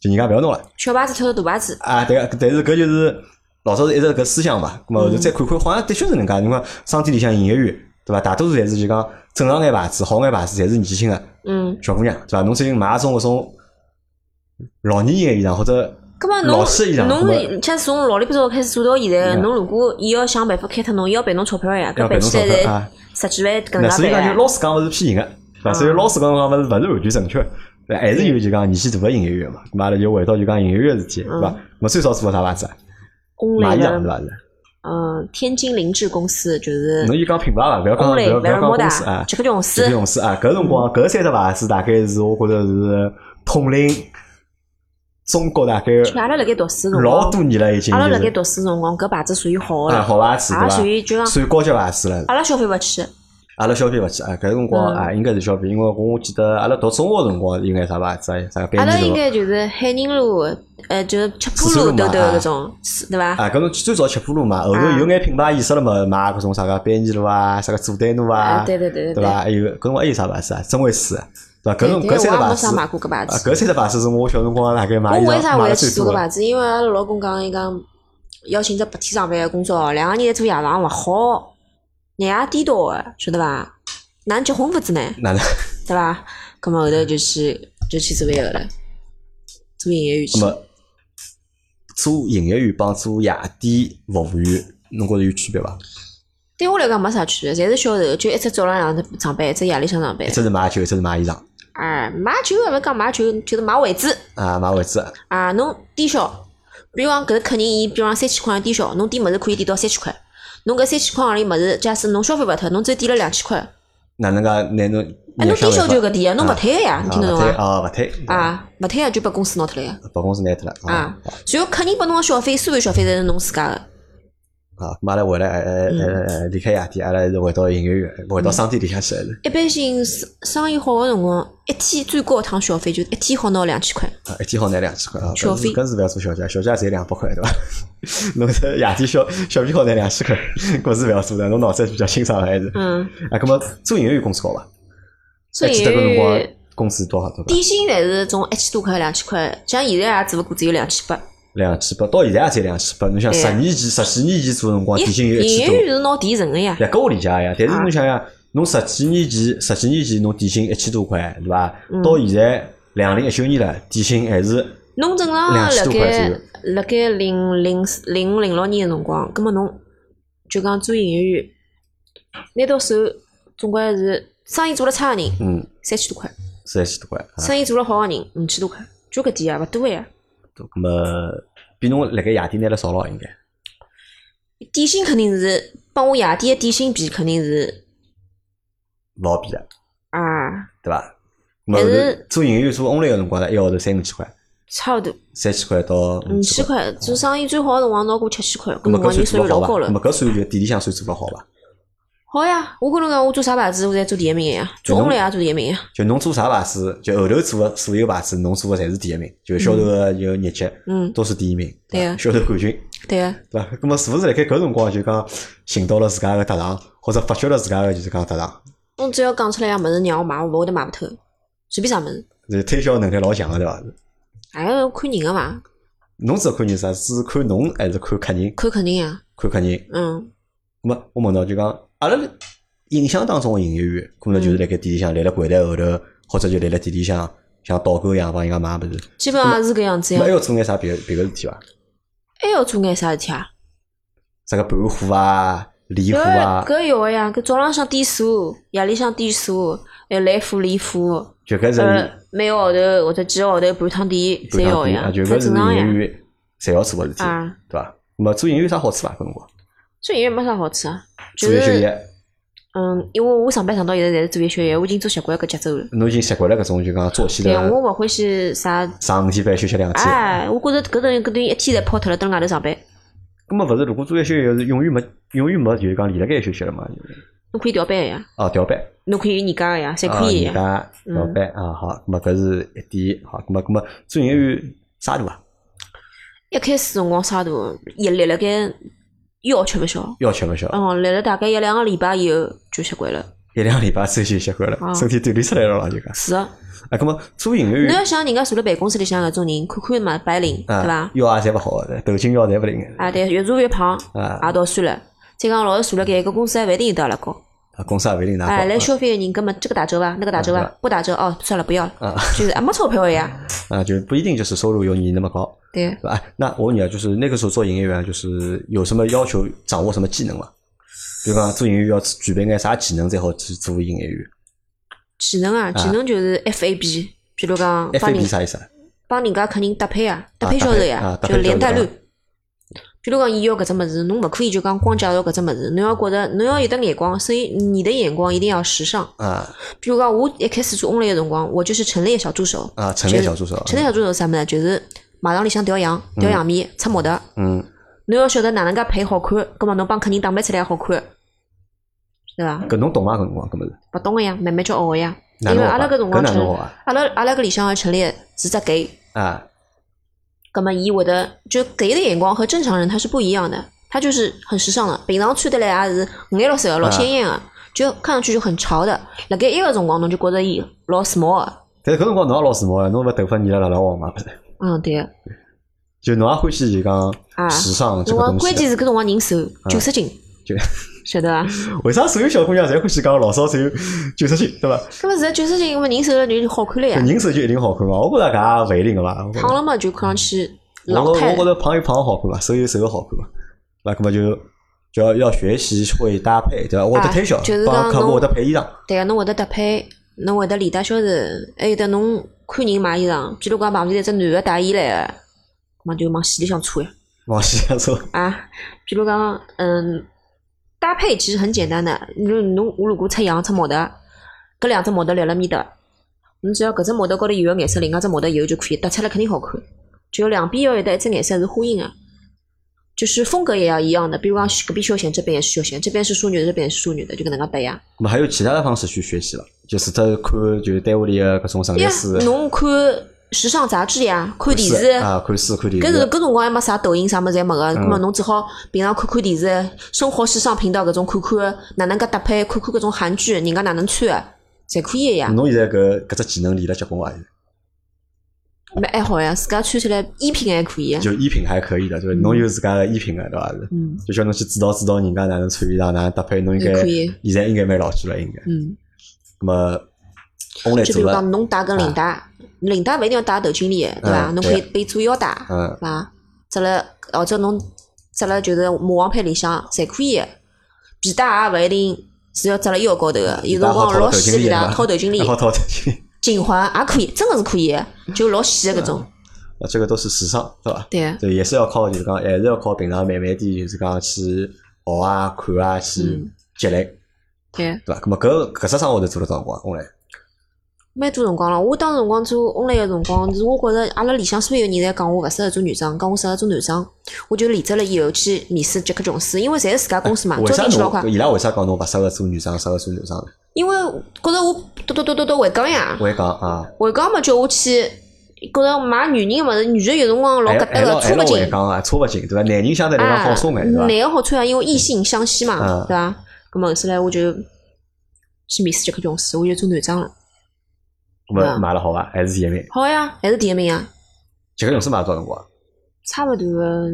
Speaker 1: 就人家勿要侬了。
Speaker 2: 小牌子跳到大牌子，
Speaker 1: 啊，对个，但是搿就是老早是一直搿思想嘛，咁么后头再看看，好像的确是能介。侬看商店里向营业员，对伐？大多数侪是就讲正常眼牌子、好眼牌子，侪是年纪轻个
Speaker 2: 嗯，
Speaker 1: 小姑娘，对伐？侬最近买一种搿种老年人个衣裳啊或者
Speaker 2: 咁么
Speaker 1: 老师一样
Speaker 2: 侬
Speaker 1: 咁
Speaker 2: 侬像从老里八早开始做到现在，侬如果伊要想办法开脱侬，伊要赔侬钞票呀，
Speaker 1: 要
Speaker 2: 搿
Speaker 1: 赔
Speaker 2: 赔
Speaker 1: 侬
Speaker 2: 起来
Speaker 1: 钞票啊
Speaker 2: 才十几万搿
Speaker 1: 那所以
Speaker 2: 能
Speaker 1: 讲，就
Speaker 2: 介
Speaker 1: 老师讲勿是骗人个，对伐？
Speaker 2: 嗯
Speaker 1: 所以老师讲讲勿是勿是完全正确，对还是有就讲年纪大个营业员嘛。咁阿拉就回到就讲营业员个事体，对伐
Speaker 2: 嗯？
Speaker 1: 我最少做过啥牌子啊？
Speaker 2: 欧
Speaker 1: 买
Speaker 2: 莱
Speaker 1: 衣裳对
Speaker 2: 了，
Speaker 1: 伐？是
Speaker 2: 嗯，天津林志公司就是
Speaker 1: 侬就讲品牌伐？勿要讲
Speaker 2: 欧
Speaker 1: 勿
Speaker 2: 莱、
Speaker 1: 要勿
Speaker 2: 莱
Speaker 1: 要
Speaker 2: 尔
Speaker 1: 讲
Speaker 2: 莫
Speaker 1: 公司啊
Speaker 2: 达、。杰克琼斯
Speaker 1: 这个，勇士啊，搿辰光搿三只牌子大概是我觉着是统领中国大概
Speaker 2: 就阿拉辣盖读书辰
Speaker 1: 老
Speaker 2: 光，
Speaker 1: 多年了，已经
Speaker 2: 阿拉
Speaker 1: 就
Speaker 2: 辣盖
Speaker 1: 是
Speaker 2: 读书辰光，搿牌子属于好的
Speaker 1: 啊，
Speaker 2: 了，
Speaker 1: 好牌子
Speaker 2: 也属于
Speaker 1: 对
Speaker 2: 就
Speaker 1: 伐？
Speaker 2: 讲
Speaker 1: 算高级牌子了。
Speaker 2: 阿拉消费勿起。
Speaker 1: 阿拉消费勿起啊，搿辰光
Speaker 2: 嗯
Speaker 1: 啊，应该是消费，因为我记得阿拉读中学辰光应该啥牌子啊，啥班
Speaker 2: 阿拉
Speaker 1: 尼
Speaker 2: 应
Speaker 1: 路
Speaker 2: 该就是海宁路，呃，就是七
Speaker 1: 四
Speaker 2: 浦
Speaker 1: 川
Speaker 2: 路
Speaker 1: 路
Speaker 2: 兜
Speaker 1: 嘛
Speaker 2: 兜
Speaker 1: 啊
Speaker 2: 搿种，是对伐？
Speaker 1: 啊，搿种最早吃铺路嘛，后头
Speaker 2: 啊
Speaker 1: 有眼品牌意识了嘛，买搿种啥个班尼路啊，啥个佐丹奴啊，
Speaker 2: 啊对对对对
Speaker 1: 对伐？还有搿辰光还有啥牌子啊？真维斯，对伐？搿种
Speaker 2: 对
Speaker 1: 搿三
Speaker 2: 对我
Speaker 1: 只
Speaker 2: 也
Speaker 1: 牌
Speaker 2: 没啥
Speaker 1: 子
Speaker 2: 买过搿牌
Speaker 1: 啊，
Speaker 2: 子。
Speaker 1: 搿三只牌子是我小辰光大概买衣
Speaker 2: 我为
Speaker 1: 裳
Speaker 2: 啥会
Speaker 1: 买了
Speaker 2: 要
Speaker 1: 最
Speaker 2: 去
Speaker 1: 多
Speaker 2: 做搿
Speaker 1: 的。
Speaker 2: 牌子？因为阿拉老公讲，伊讲要寻只白天上班个工作，两个人侪做夜场勿好，日夜颠倒个，晓得伐？哪能结婚法子呢？
Speaker 1: 哪能？
Speaker 2: 对伐？葛末后头就去就去做一个了，做营业员去
Speaker 1: 那。么做营业员帮做夜店服务员，侬觉着有区别伐？
Speaker 2: 对我来讲没啥区别，侪是销售，就一只早浪向上班，一只夜里向上班
Speaker 1: 一。只是买酒，一只是买衣裳
Speaker 2: 啊，买酒也勿讲买酒，就是买位置。
Speaker 1: 啊，买位置。
Speaker 2: 啊，侬低消，比如讲搿客人伊，比如讲三千块低消，侬点物事可以点到三千块。侬搿三千块行钿物事，假使侬消费勿脱，侬只点了两千块，
Speaker 1: 哪能介拿侬？
Speaker 2: 哎，侬低消就搿点啊，侬勿
Speaker 1: 啊
Speaker 2: 退个呀，
Speaker 1: 啊
Speaker 2: 侬听得懂
Speaker 1: 勿推
Speaker 2: 伐？
Speaker 1: 啊，勿退
Speaker 2: 啊，勿退个就拨公司拿脱了呀。
Speaker 1: 把公司拿脱了
Speaker 2: 啊，然后客人拨侬个消费，所有消费侪是侬自家个。
Speaker 1: 啊，咁阿拉回来，呃
Speaker 2: 嗯
Speaker 1: 呃呃，离开夜店，阿拉是回到营业员，回到商店里向去还是
Speaker 2: 一般性生生意好个辰光，一天最高一趟消费就一天好拿两千块。
Speaker 1: 啊，一天好拿两千块啊，
Speaker 2: 消费
Speaker 1: 更是不要做小姐，小姐才两百块对伐？ 侬这夜店小小屁好拿两千块，搿是不要做的，侬脑子还是比较清爽还是？
Speaker 2: 嗯，
Speaker 1: 啊，咁么做营业员工资高伐？
Speaker 2: 所
Speaker 1: 还
Speaker 2: 以
Speaker 1: 记得搿辰光工资多少对伐？
Speaker 2: 底薪侪是从一千多块、两千块，像现在也啊只勿过只有两千八。
Speaker 1: 两千八，到现在也才两千八。侬想
Speaker 2: 对啊
Speaker 1: 十
Speaker 2: 呀
Speaker 1: 年前、十几年前做的辰光，
Speaker 2: 营
Speaker 1: 底薪有一
Speaker 2: 营
Speaker 1: 千
Speaker 2: 业
Speaker 1: 多。
Speaker 2: 员是拿提成个呀。
Speaker 1: 呀，搿我理解呀，但是
Speaker 2: 啊
Speaker 1: 侬想想，侬十几年前、十几年前侬底薪一千多块，对伐？
Speaker 2: 嗯
Speaker 1: 到现在两零一九年了，底薪还是
Speaker 2: 侬正常辣
Speaker 1: 20多块左
Speaker 2: 盖
Speaker 1: 右
Speaker 2: 辣盖零零零五零六年个辰光，葛末侬就讲做营业员，拿到手总归是生意做了差个人
Speaker 1: 嗯
Speaker 2: 三千多块，
Speaker 1: 三千多块啊。
Speaker 2: 生意做了好个人五千多块，就搿点啊，勿多个呀。
Speaker 1: 多咁么比侬辣盖夜店拿了少咯，应该
Speaker 2: 底薪肯定是帮我夜店个底薪比肯定是
Speaker 1: 勿好比的，
Speaker 2: 啊
Speaker 1: 对伐？咁么
Speaker 2: 但是
Speaker 1: 后头做营业员做 only 个辰光呢，一个号头三五千块，
Speaker 2: 差勿多
Speaker 1: 三千块到
Speaker 2: 五
Speaker 1: 五
Speaker 2: 千
Speaker 1: 千块。
Speaker 2: 块，做生意最好个辰光拿过七千块，
Speaker 1: 咁
Speaker 2: 搿
Speaker 1: 么
Speaker 2: 辰光
Speaker 1: 搿算
Speaker 2: 人收
Speaker 1: 做
Speaker 2: 入
Speaker 1: 得好伐？咁
Speaker 2: 老高了
Speaker 1: 么。搿算就店里向算做得好伐？
Speaker 2: 好呀，我跟侬讲，我做啥牌子我侪做第一名个呀，做
Speaker 1: 侬
Speaker 2: o n 也做第一名呀。
Speaker 1: 就侬做啥牌子，就后头做个所有牌子，侬做个侪是第一名，就销售个有业绩
Speaker 2: 嗯
Speaker 1: 都是第一名，
Speaker 2: 对
Speaker 1: 伐
Speaker 2: 啊呀
Speaker 1: 销售冠军。
Speaker 2: 对啊个，
Speaker 1: 对伐？咁么是勿是辣盖搿辰光就讲寻到了自家个特长，或者发掘了自家个就是讲特长，
Speaker 2: 侬只要讲出来样物事让我买，我勿会得买勿透，随便啥物事。
Speaker 1: 就是推销能力老强个对伐？
Speaker 2: 哎呀，看人个嘛，
Speaker 1: 侬只看人啥？是看侬还是看客人？
Speaker 2: 看肯定呀。
Speaker 1: 看客人。
Speaker 2: 嗯，
Speaker 1: 咁么我问到就讲，阿拉印象当中个营业员，可能
Speaker 2: 嗯
Speaker 1: 就是辣盖店里向立辣柜台后头，或者就立辣店里向像导购一样帮人家买物事。
Speaker 2: 基本上是搿样子
Speaker 1: 咁么
Speaker 2: 呀
Speaker 1: 还。要做眼啥别别个事体伐？
Speaker 2: 还要做眼啥事体啊？
Speaker 1: 啥个盘货啊、理
Speaker 2: 搿
Speaker 1: 货啊，
Speaker 2: 搿有个呀，搿早浪向点数，夜里向点数，还有来货理货，
Speaker 1: 就搿是
Speaker 2: 呃，每个号头或者几个号头盘趟店侪
Speaker 1: 半
Speaker 2: 要
Speaker 1: 趟
Speaker 2: 个
Speaker 1: 店啊，
Speaker 2: 呀，
Speaker 1: 就
Speaker 2: 搿
Speaker 1: 搿是
Speaker 2: 正
Speaker 1: 营
Speaker 2: 常
Speaker 1: 业
Speaker 2: 呀。
Speaker 1: 员侪要做个事体，
Speaker 2: 啊，
Speaker 1: 对伐？咁么做营业员有啥好处伐？搿辰光
Speaker 2: 做营业没啥好处啊，就
Speaker 1: 做一休
Speaker 2: 是
Speaker 1: 业。
Speaker 2: 嗯，因为我上班上到现在侪是做一休一，我已经做习惯搿节奏了。
Speaker 1: 侬已经习惯了搿种就讲作息
Speaker 2: 对，
Speaker 1: 的啊
Speaker 2: 我勿欢喜啥，
Speaker 1: 上五天班休息两天。
Speaker 2: 哎，我觉着搿等于搿等于一天侪泡脱了，蹲外头上班，
Speaker 1: 咁么勿是，如果做一休一是永远没永远没就是讲连辣盖休息了嘛？
Speaker 2: 侬可以调班个呀，
Speaker 1: 哦，调班
Speaker 2: 侬可以有年假个呀，侪
Speaker 1: 啊，
Speaker 2: 可以
Speaker 1: 人
Speaker 2: 个呀。
Speaker 1: 家
Speaker 2: 嗯
Speaker 1: 调班啊，好，咁么搿是一点好，咁么咁么做营业员啥大啊？
Speaker 2: 一开始辰光啥都也立辣盖要吃勿消，
Speaker 1: 要吃勿消，
Speaker 2: 嗯，立了大概一两个礼拜以后就习惯了。
Speaker 1: 一两个礼拜休息习惯
Speaker 2: 啊
Speaker 1: 了，身体锻炼出来了啦就讲。
Speaker 2: 是个，
Speaker 1: 啊，咁么做营业
Speaker 2: 侬
Speaker 1: 员
Speaker 2: 要想人家坐辣办公室里向搿种人，看看嘛，白领对
Speaker 1: 啊
Speaker 2: 伐，？
Speaker 1: 腰也侪勿好的，头颈腰侪勿灵的
Speaker 2: 啊，对，越坐越胖，
Speaker 1: 啊
Speaker 2: 也倒算了。再讲老是坐辣盖一个公司，还勿一定有得阿拉高。
Speaker 1: 啊，公司也勿一定拿
Speaker 2: 哎，来
Speaker 1: 好
Speaker 2: 消费个人，搿么这个打折伐，那个打折
Speaker 1: 啊
Speaker 2: 伐
Speaker 1: 对吧，
Speaker 2: 不打折哦，算了，不要了。
Speaker 1: 啊
Speaker 2: 就是啊，没钞票个呀，
Speaker 1: 啊，就不一定就是收入有你那么高，
Speaker 2: 对。
Speaker 1: 对吧？哎那我问你啊，就是那个时候做营业员，就是有什么要求，掌握什么技能吗？比如讲做营业员要具备眼啥技能才好去做营业员
Speaker 2: 技能啊，技能就是 FAB，比如讲帮人
Speaker 1: ？FAB 啥意思啊？
Speaker 2: 帮人家客人搭配啊，搭配
Speaker 1: 搭
Speaker 2: 销
Speaker 1: 配
Speaker 2: 售呀
Speaker 1: 啊，搭
Speaker 2: 就
Speaker 1: 配销
Speaker 2: 连
Speaker 1: 售
Speaker 2: 带率
Speaker 1: 啊。
Speaker 2: 比如讲，伊要搿只物事，侬勿可以就讲光介绍搿只物事，侬要觉着侬要有得眼光，所以你的眼光一定要时尚。
Speaker 1: 啊
Speaker 2: 比如讲，我一开始做 only 的辰光，我就是陈列小助手。
Speaker 1: 啊，陈列小助手，
Speaker 2: 陈列小助手是啥物事？就是马场里向调羊、调羊面、出模特，
Speaker 1: 嗯，
Speaker 2: 侬要晓得哪能介配好看，葛末侬帮客人打扮出来好看，对伐？
Speaker 1: 搿侬懂伐？搿辰光搿物事，
Speaker 2: 勿懂个呀，慢慢叫学个呀。因
Speaker 1: 哪
Speaker 2: 为
Speaker 1: 能
Speaker 2: 阿拉
Speaker 1: 学
Speaker 2: 搿
Speaker 1: 啊
Speaker 2: 辰光
Speaker 1: 搿哪能
Speaker 2: 成
Speaker 1: 学啊，
Speaker 2: 阿拉阿拉搿里向个成立是只 gay，
Speaker 1: 啊，
Speaker 2: 葛末伊会得就 gay 的眼光和正常人他是不一样的，他就是很时尚的，平常穿得来也是五颜六色个，老鲜艳个，就看上去就很潮的。辣盖埃个辰光侬就觉着伊老 small 个，
Speaker 1: 但是搿辰光侬也老时髦呀，侬勿头发染了辣辣黄嘛，
Speaker 2: 嗯对个。
Speaker 1: 就侬也欢喜就
Speaker 2: 啊
Speaker 1: 讲时尚这
Speaker 2: 辰
Speaker 1: 个
Speaker 2: 光
Speaker 1: 东
Speaker 2: 关
Speaker 1: 西
Speaker 2: 键
Speaker 1: 啊。
Speaker 2: 是搿辰光人瘦九十斤，
Speaker 1: 就
Speaker 2: 晓得伐？
Speaker 1: 为啥所有小姑娘侪欢喜讲老少只有九十斤，对伐？
Speaker 2: 搿么现在九十斤，搿么人瘦了就好看了呀
Speaker 1: 搿，人瘦就一定好看嘛？我觉着搿也勿一定个伐？我觉得
Speaker 2: 胖了嘛就看上去
Speaker 1: 我
Speaker 2: 老
Speaker 1: 觉
Speaker 2: 态
Speaker 1: 我觉。得胖有胖的好看嘛，瘦有瘦的好看嘛。那搿么就就要要学习会搭配，对伐？我会得推销
Speaker 2: 哎就是，
Speaker 1: 帮
Speaker 2: 讲
Speaker 1: 客户
Speaker 2: 侬
Speaker 1: 会得配衣裳。
Speaker 2: 对个，侬会得搭配，侬会得联搭销售，还有得侬看人买衣裳，譬如讲旁边头只男个带伊来个，嘛就往死里向穿呀
Speaker 1: 往西洋说，
Speaker 2: 啊。譬如讲，嗯，搭配其实很简单的，侬侬我如果出洋出模特，搿两只模特立辣面搭，侬只要搿只模特高头有个颜色，另外只模特有就可以，搭出来肯定好看。就两边要有得一只颜色是呼应的、就是风格也要一样的，比如讲搿边休闲，这边也是休闲，这边是淑女的，这边也是淑女的，就搿能介啊搭呀。
Speaker 1: 那么还有其他的方式去学习了，就是他看就是单位里的各种陈列
Speaker 2: 呀
Speaker 1: 师，
Speaker 2: 侬看时尚杂志呀，看电视，
Speaker 1: 啊，看书看电
Speaker 2: 搿
Speaker 1: 视
Speaker 2: 是，搿辰光还没啥抖音啥么子侪没
Speaker 1: 嗯
Speaker 2: 个，葛末侬只好平常看看电视，生活时尚频道搿种看看，哪能介搭配，看看搿种韩剧，人家哪能穿的，侪可以个呀，
Speaker 1: 侬现在搿搿只技能练了结棍伐？
Speaker 2: 蛮还好呀，自家穿起来衣品还可以。
Speaker 1: 嗯就衣品还可以的，对伐？侬有自家的衣品的，对伐？
Speaker 2: 嗯
Speaker 1: 就叫侬去指导指导人家哪能穿衣裳，哪能搭配，侬应该
Speaker 2: 也可以
Speaker 1: 现在应该蛮老气了，应该。
Speaker 2: 嗯，
Speaker 1: 那么，我来
Speaker 2: 就
Speaker 1: 做
Speaker 2: 比如
Speaker 1: 哎了
Speaker 2: 讲，侬带根领带，领带勿一定要带头巾里的，对伐？
Speaker 1: 嗯
Speaker 2: 侬可以
Speaker 1: 对
Speaker 2: 背做腰带，
Speaker 1: 嗯
Speaker 2: 对伐？扎了或者侬扎了就是马王牌里向侪可以的，皮带也勿一定是要扎了腰高头个，有辰
Speaker 1: 大家好
Speaker 2: 光
Speaker 1: 套
Speaker 2: 老
Speaker 1: 头
Speaker 2: 细
Speaker 1: 巾
Speaker 2: 个
Speaker 1: 里对
Speaker 2: 皮带
Speaker 1: 伐
Speaker 2: 套头巾 里
Speaker 1: 然，后套头巾里，
Speaker 2: 颈环也啊可以，真的是可以的，就老细的搿种。
Speaker 1: 啊，这个都是时尚，对伐？
Speaker 2: 对，
Speaker 1: 对，也是要靠就是讲，
Speaker 2: 嗯
Speaker 1: 还是要靠平常慢慢地就是讲去学啊、看啊、去
Speaker 2: 嗯
Speaker 1: 积累，
Speaker 2: 对，
Speaker 1: 对伐？那么搿搿只生活头做了多少辰光？我来，
Speaker 2: 蛮多辰光了。我当辰光做 online 的辰光，是我觉着阿拉里向所有人侪讲我勿适合做女装，讲我适合做男装，我就离职了以后去面试杰克琼斯，因为侪是自家公司嘛，
Speaker 1: 为
Speaker 2: 招
Speaker 1: 啥
Speaker 2: 进去老啊快
Speaker 1: 侬。伊拉为啥讲侬勿适合做女装，适合做男装呢？
Speaker 2: 因为觉着我嘟嘟嘟嘟嘟会讲呀，
Speaker 1: 我也讲啊，
Speaker 2: 会讲嘛叫我去，觉着买女人个物事，女的有辰光老
Speaker 1: 还
Speaker 2: 搿搭
Speaker 1: 还老
Speaker 2: 嗯个，
Speaker 1: 哎还
Speaker 2: 穿
Speaker 1: 老
Speaker 2: 勿
Speaker 1: 会
Speaker 2: 进。
Speaker 1: 讲啊，差勿近，对伐？男人相对来讲
Speaker 2: 啊，
Speaker 1: 放松眼，对伐
Speaker 2: 男？个好穿啊，因为异性相吸嘛，
Speaker 1: 哎嗯
Speaker 2: 对伐？咁么后头来我就去面试杰克琼斯，我就做男装了。
Speaker 1: 那
Speaker 2: 嗯
Speaker 1: 么买了好伐？还是第一名？
Speaker 2: 好呀，还是第一名啊，
Speaker 1: 杰克勇士买了多少辰光？
Speaker 2: 差勿多个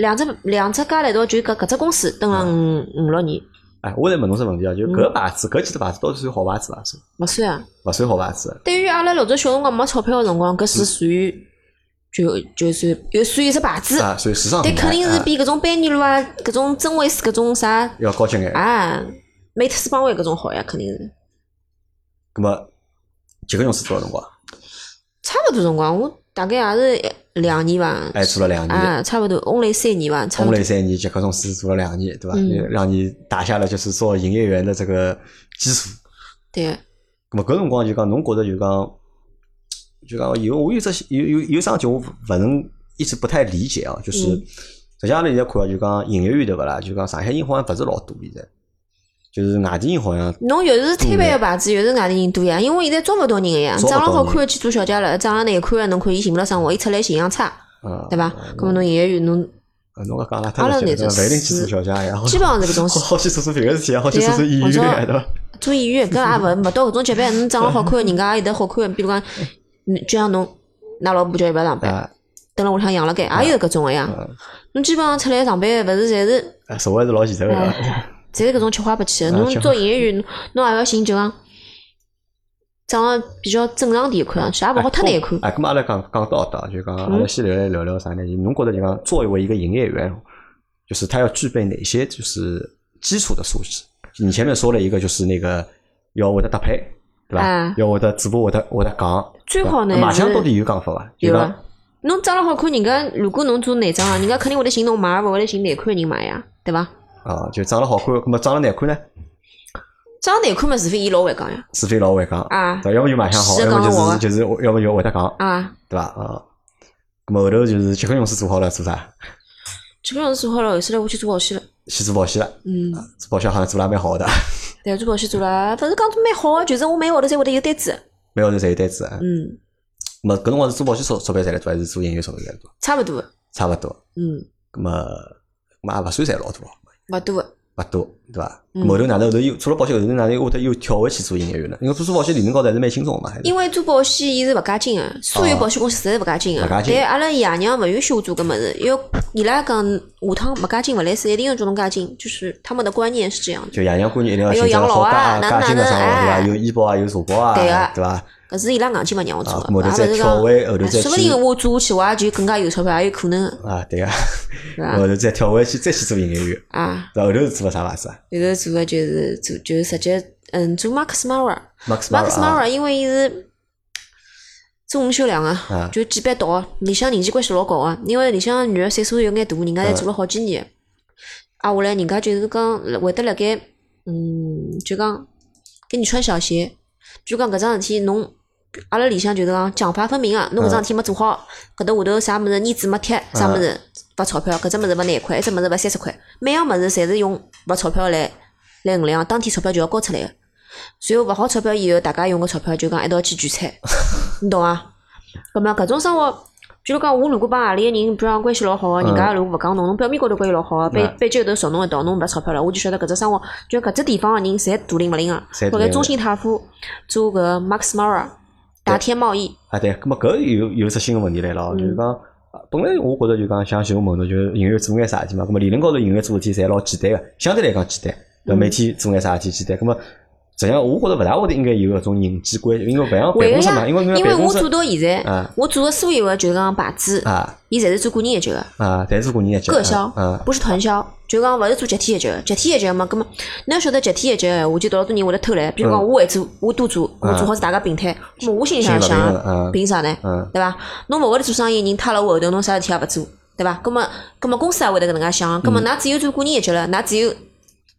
Speaker 2: 两只两只加辣一道，就搿搿只公司蹲了五五六年，
Speaker 1: 哎，我来问侬只问题啊，就
Speaker 2: 嗯
Speaker 1: 搿牌子，搿几只牌子到底算好牌子伐？算
Speaker 2: 勿算啊。
Speaker 1: 勿算好牌子？
Speaker 2: 对于阿拉老早小辰光没钞票个辰光，搿是属于就就算又算一只牌子，
Speaker 1: 啊，算时尚
Speaker 2: 但
Speaker 1: 品牌，
Speaker 2: 肯定是
Speaker 1: 啊
Speaker 2: 比搿种班尼路啊、搿种真维斯、搿种啥
Speaker 1: 要高级眼。
Speaker 2: 啊、美特斯邦威搿种好呀，肯定是。
Speaker 1: 那么杰克勇士多少辰光？
Speaker 2: 差勿多辰光，我大概也是两年吧，
Speaker 1: 哎，做了两年。
Speaker 2: 啊，差勿多，翁来三年吧，差
Speaker 1: 红
Speaker 2: 不多
Speaker 1: 雷。三年，杰克琼斯做了两年，对吧？
Speaker 2: 嗯
Speaker 1: 也让你打下了就是做营业员的这个基础。
Speaker 2: 对，
Speaker 1: 那么搿辰光就讲，侬觉得就讲，就讲有我有只有有有桩事体我勿能一直不太理解啊，就是
Speaker 2: 嗯
Speaker 1: 实际上阿拉现在看啊，就讲营业员对勿啦？就讲上海人好像勿是老多现在，就是外地人好像
Speaker 2: 侬越是摊牌个牌子，越是外地人多呀，因为现在招勿到人个呀，
Speaker 1: 嗯招勿
Speaker 2: 长
Speaker 1: 到
Speaker 2: 了好
Speaker 1: 人
Speaker 2: 看的去做小姐了，长了难看个侬看伊寻勿到生活，伊出来形象差，
Speaker 1: 啊，
Speaker 2: 对伐？搿么侬营业员侬
Speaker 1: 啊侬讲了，
Speaker 2: 阿拉
Speaker 1: 勿一
Speaker 2: 那种
Speaker 1: 定去
Speaker 2: 是
Speaker 1: 做小姐呀，好
Speaker 2: 基本上是搿 种
Speaker 1: 好好去做做别个事体啊，好去
Speaker 2: 对
Speaker 1: 做
Speaker 2: 啊
Speaker 1: 做演员
Speaker 2: 好
Speaker 1: 呀，
Speaker 2: 像
Speaker 1: 对伐？
Speaker 2: 做演员，搿也勿勿到搿种级别，侬长了好看个，人家也有得好看个，比如讲，嗯就像侬㑚老婆叫伊勿要上班，
Speaker 1: 啊
Speaker 2: 蹲辣屋里向养辣盖，也有搿种个呀。侬基本上出来上班个，勿是侪是
Speaker 1: 啊，社会是老前头
Speaker 2: 哎
Speaker 1: 的。
Speaker 2: 侪是搿种吃花不起的。
Speaker 1: 啊
Speaker 2: 侬
Speaker 1: 吃花
Speaker 2: 做营业员，侬也要寻就讲长得比较正常点看上啊去，也勿好太难 看。嗯
Speaker 1: 哎，咁阿拉讲讲到搭，就讲阿拉先来聊聊啥呢？就侬觉得就讲作为一个营业员，就是他要具备哪些就是基础的素质？你前面说了一个，就是那个要会得搭配，对吧
Speaker 2: 啊？
Speaker 1: 要会得嘴巴会得会得讲。
Speaker 2: 最
Speaker 1: 对吧
Speaker 2: 好呢
Speaker 1: 卖相
Speaker 2: 是
Speaker 1: 哎到底有讲法伐？就
Speaker 2: 有
Speaker 1: 讲
Speaker 2: 啊，侬长得好看，人家如果侬做男装啊，人家肯定会得寻侬买，而勿会得寻难看的人买呀，对伐？
Speaker 1: 啊，就长得好看，咁么长得难看呢？
Speaker 2: 长得难看嘛，除非伊老会讲呀，
Speaker 1: 除非老会讲，
Speaker 2: 啊
Speaker 1: 对，要么就卖相好，
Speaker 2: 是
Speaker 1: 要
Speaker 2: 讲
Speaker 1: 么
Speaker 2: 得好啊
Speaker 1: 就是就是，要么就会得讲，
Speaker 2: 啊，
Speaker 1: 对吧？啊，咁么后头就是结婚勇士做好了做啥？
Speaker 2: 基本上是做好了，后首来我去做保险了。
Speaker 1: 去做保险了，
Speaker 2: 嗯，
Speaker 1: 做保险好像做了蛮好的，
Speaker 2: 对，做保险做了，反正讲蛮好个，啊就是我每个号头侪会得有单子。
Speaker 1: 每个号头侪有单子啊。
Speaker 2: 嗯，
Speaker 1: 咁么搿辰光是做保险钞钞票赚来多，还是做营业钞票赚来多？
Speaker 2: 差勿多。
Speaker 1: 差勿多。
Speaker 2: 嗯，
Speaker 1: 咁么咁么也勿算赚老多，
Speaker 2: 勿多。
Speaker 1: 勿多，对伐？
Speaker 2: 嗯
Speaker 1: 咁后头哪能后头又做了保险，后头哪能又会得又跳回去做营业员呢？因为做做保险理论高头还是蛮轻松的嘛，还是
Speaker 2: 因为做保险伊是勿加金个，所有保险公司侪是勿加金个
Speaker 1: 哦勿加。金
Speaker 2: 但阿拉爷娘勿允许我做搿物事，因为伊拉讲下趟勿加金勿来事，一定要叫侬加金，就是他们的观念是这样的。
Speaker 1: 就爷娘闺女一定要
Speaker 2: 哎呦
Speaker 1: 寻
Speaker 2: 养
Speaker 1: 找
Speaker 2: 老
Speaker 1: 好
Speaker 2: 啊
Speaker 1: 家
Speaker 2: 哪
Speaker 1: 家
Speaker 2: 能
Speaker 1: 境的
Speaker 2: 哪
Speaker 1: 生活，
Speaker 2: 能
Speaker 1: 对伐？
Speaker 2: 哎
Speaker 1: 有医保啊，有社保啊，
Speaker 2: 对个
Speaker 1: 对伐？
Speaker 2: 搿是伊拉硬劲勿让我做
Speaker 1: 啊咾么
Speaker 2: 的，
Speaker 1: 就
Speaker 2: 也
Speaker 1: 再
Speaker 2: 勿是
Speaker 1: 跳
Speaker 2: 讲，
Speaker 1: 回后头再
Speaker 2: 哎说勿
Speaker 1: 去
Speaker 2: 定我做下去我也就更加有钞票，也有可能的，
Speaker 1: 啊，对 个，
Speaker 2: 是伐？
Speaker 1: 后头再跳回去再去做营业员，
Speaker 2: 啊，
Speaker 1: 对伐？后头是做了啥物事啊
Speaker 2: 后头做个就是做就是直接嗯做 Max Mara。
Speaker 1: ？Max
Speaker 2: Max
Speaker 1: Mara 啊
Speaker 2: Mara 因为伊是中午休两
Speaker 1: 啊
Speaker 2: 个，就几班倒个，里向人际关系老高个，因为里向女个岁数有眼大，人家侪
Speaker 1: 嗯
Speaker 2: 做了好几年。啊，下来人家就是讲会得辣盖，嗯，就讲给你穿小鞋，就讲搿桩事体侬。阿拉里向就是讲奖罚分明啊，侬搿桩事体没做好，搿搭下头啥物事腻子没贴，啥物事罚钞票，搿只物事罚廿块，埃只物事罚三十块，每样物事侪是用罚钞票来来衡量，当天钞票就要交出来个。随后罚好钞票以后，大家用个钞票就讲一道去聚餐，你懂啊？葛么搿种生活，就是讲我如果帮阿里个人，比如讲关系老好个，人家如果勿讲侬，侬表面高头关系老好个，背
Speaker 1: 嗯
Speaker 2: 背脚头朝侬一道，侬罚钞票了，我就晓得搿只生活，就搿只地方个人侪大灵勿啊灵个
Speaker 1: 侪。大
Speaker 2: 后
Speaker 1: 灵
Speaker 2: 来
Speaker 1: 勿
Speaker 2: 中信泰富做搿 Max Mara 达天贸易，
Speaker 1: 啊，对，咁么搿有有只新个问题来了，就是
Speaker 2: 嗯
Speaker 1: 讲，啊本来我觉着就讲，像前我问侬，就是营业员做眼啥事体嘛，咁么理论高头营业做事体侪老简单个，相对来讲简
Speaker 2: 嗯
Speaker 1: 单，对吧，每天做眼啥事体简单，咁么实际上我觉着勿大会得应该有搿种人际关系，因为勿像办
Speaker 2: 会个
Speaker 1: 公室
Speaker 2: 呀，
Speaker 1: 嘛，因为
Speaker 2: 因为
Speaker 1: 办公
Speaker 2: 我
Speaker 1: 室
Speaker 2: 做到现
Speaker 1: 嗯
Speaker 2: 在，我做个所有个就是讲牌子，
Speaker 1: 啊
Speaker 2: 伊侪是做个人业绩个。
Speaker 1: 啊，侪是个人业绩，
Speaker 2: 个销
Speaker 1: 啊，
Speaker 2: 不是团销，就讲勿是做集体业绩，集体业绩嘛，葛么侬要晓得集体业绩个闲话，就老多人会得偷懒。比如讲，
Speaker 1: 嗯
Speaker 2: 我会做，我多做，我
Speaker 1: 嗯
Speaker 2: 做好是大家平摊。葛么我心里
Speaker 1: 心
Speaker 2: 向
Speaker 1: 里
Speaker 2: 想
Speaker 1: 平衡嗯
Speaker 2: 啊，凭啥呢
Speaker 1: 嗯？
Speaker 2: 对伐？侬勿会得做生意，人塌了我后头，侬啥事体也勿做，对伐？葛么，葛么公司也会得搿能介
Speaker 1: 嗯
Speaker 2: 想，葛么㑚只有做个人业绩了，㑚只有。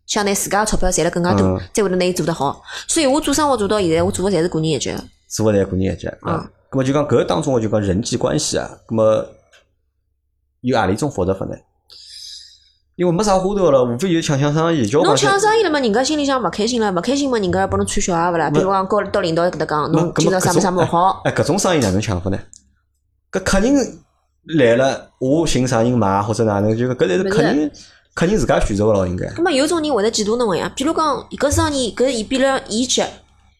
Speaker 2: 想拿自家个钞票赚了更加多
Speaker 1: 嗯，
Speaker 2: 才会得拿伊做得好。所以我做生活做到现在，我做的侪是个人业绩。
Speaker 1: 做个侪个人业绩啊
Speaker 2: 啊，
Speaker 1: 咁么就讲搿当中我就讲人际关系啊，咁么有何里种复杂法呢？因为没啥花头了，无非就是抢抢生意，交
Speaker 2: 侬
Speaker 1: 关生意
Speaker 2: 抢生意了嘛，人家心里向勿开心了，勿开心嘛，人家要帮侬穿小鞋勿啦？比如讲，告到领导搿搭讲，
Speaker 1: 那
Speaker 2: 侬
Speaker 1: 搿
Speaker 2: 今
Speaker 1: 么
Speaker 2: 朝啥物
Speaker 1: 搿
Speaker 2: 啥
Speaker 1: 种
Speaker 2: 物好，
Speaker 1: 哎，搿种生意哪能抢法呢？搿客人来了，我寻啥人买或者哪能，就搿侪是客人客人自家选择个咯，应该。
Speaker 2: 咁么有种人会得嫉妒侬个呀，比如讲搿生意搿伊比了伊急，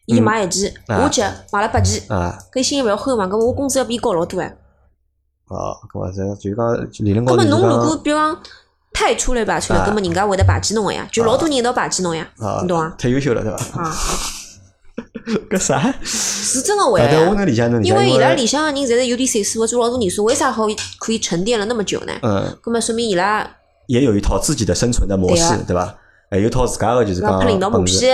Speaker 2: 伊买一件，
Speaker 1: 啊
Speaker 2: 我急买了八件，
Speaker 1: 啊
Speaker 2: 搿伊心里勿要欢嘛，搿么我工资要比伊高老多哎。
Speaker 1: 哦，搿么这就讲就理论
Speaker 2: 咁
Speaker 1: 高头
Speaker 2: 么
Speaker 1: 就
Speaker 2: 侬如果
Speaker 1: 讲
Speaker 2: 比如讲太出类拔萃
Speaker 1: 啊
Speaker 2: 了，咁么人家会得排挤侬个呀，就老多人一道排挤侬呀，
Speaker 1: 啊，
Speaker 2: 你懂啊？
Speaker 1: 太优秀了对伐？
Speaker 2: 啊，
Speaker 1: 搿啥？啊
Speaker 2: 是真个会
Speaker 1: 但我
Speaker 2: 啊。
Speaker 1: 能理解能理解，
Speaker 2: 因
Speaker 1: 因
Speaker 2: 为伊拉里向个人侪是有点岁数个，做老多年数，为啥好可以沉淀了那么久呢？
Speaker 1: 嗯，
Speaker 2: 咁么说明伊拉
Speaker 1: 也有一套自己的生存的模式
Speaker 2: 对啊
Speaker 1: 对伐？还有一套自家的就是
Speaker 2: 要
Speaker 1: 讲
Speaker 2: 拍领导马
Speaker 1: 本
Speaker 2: 屁
Speaker 1: 事，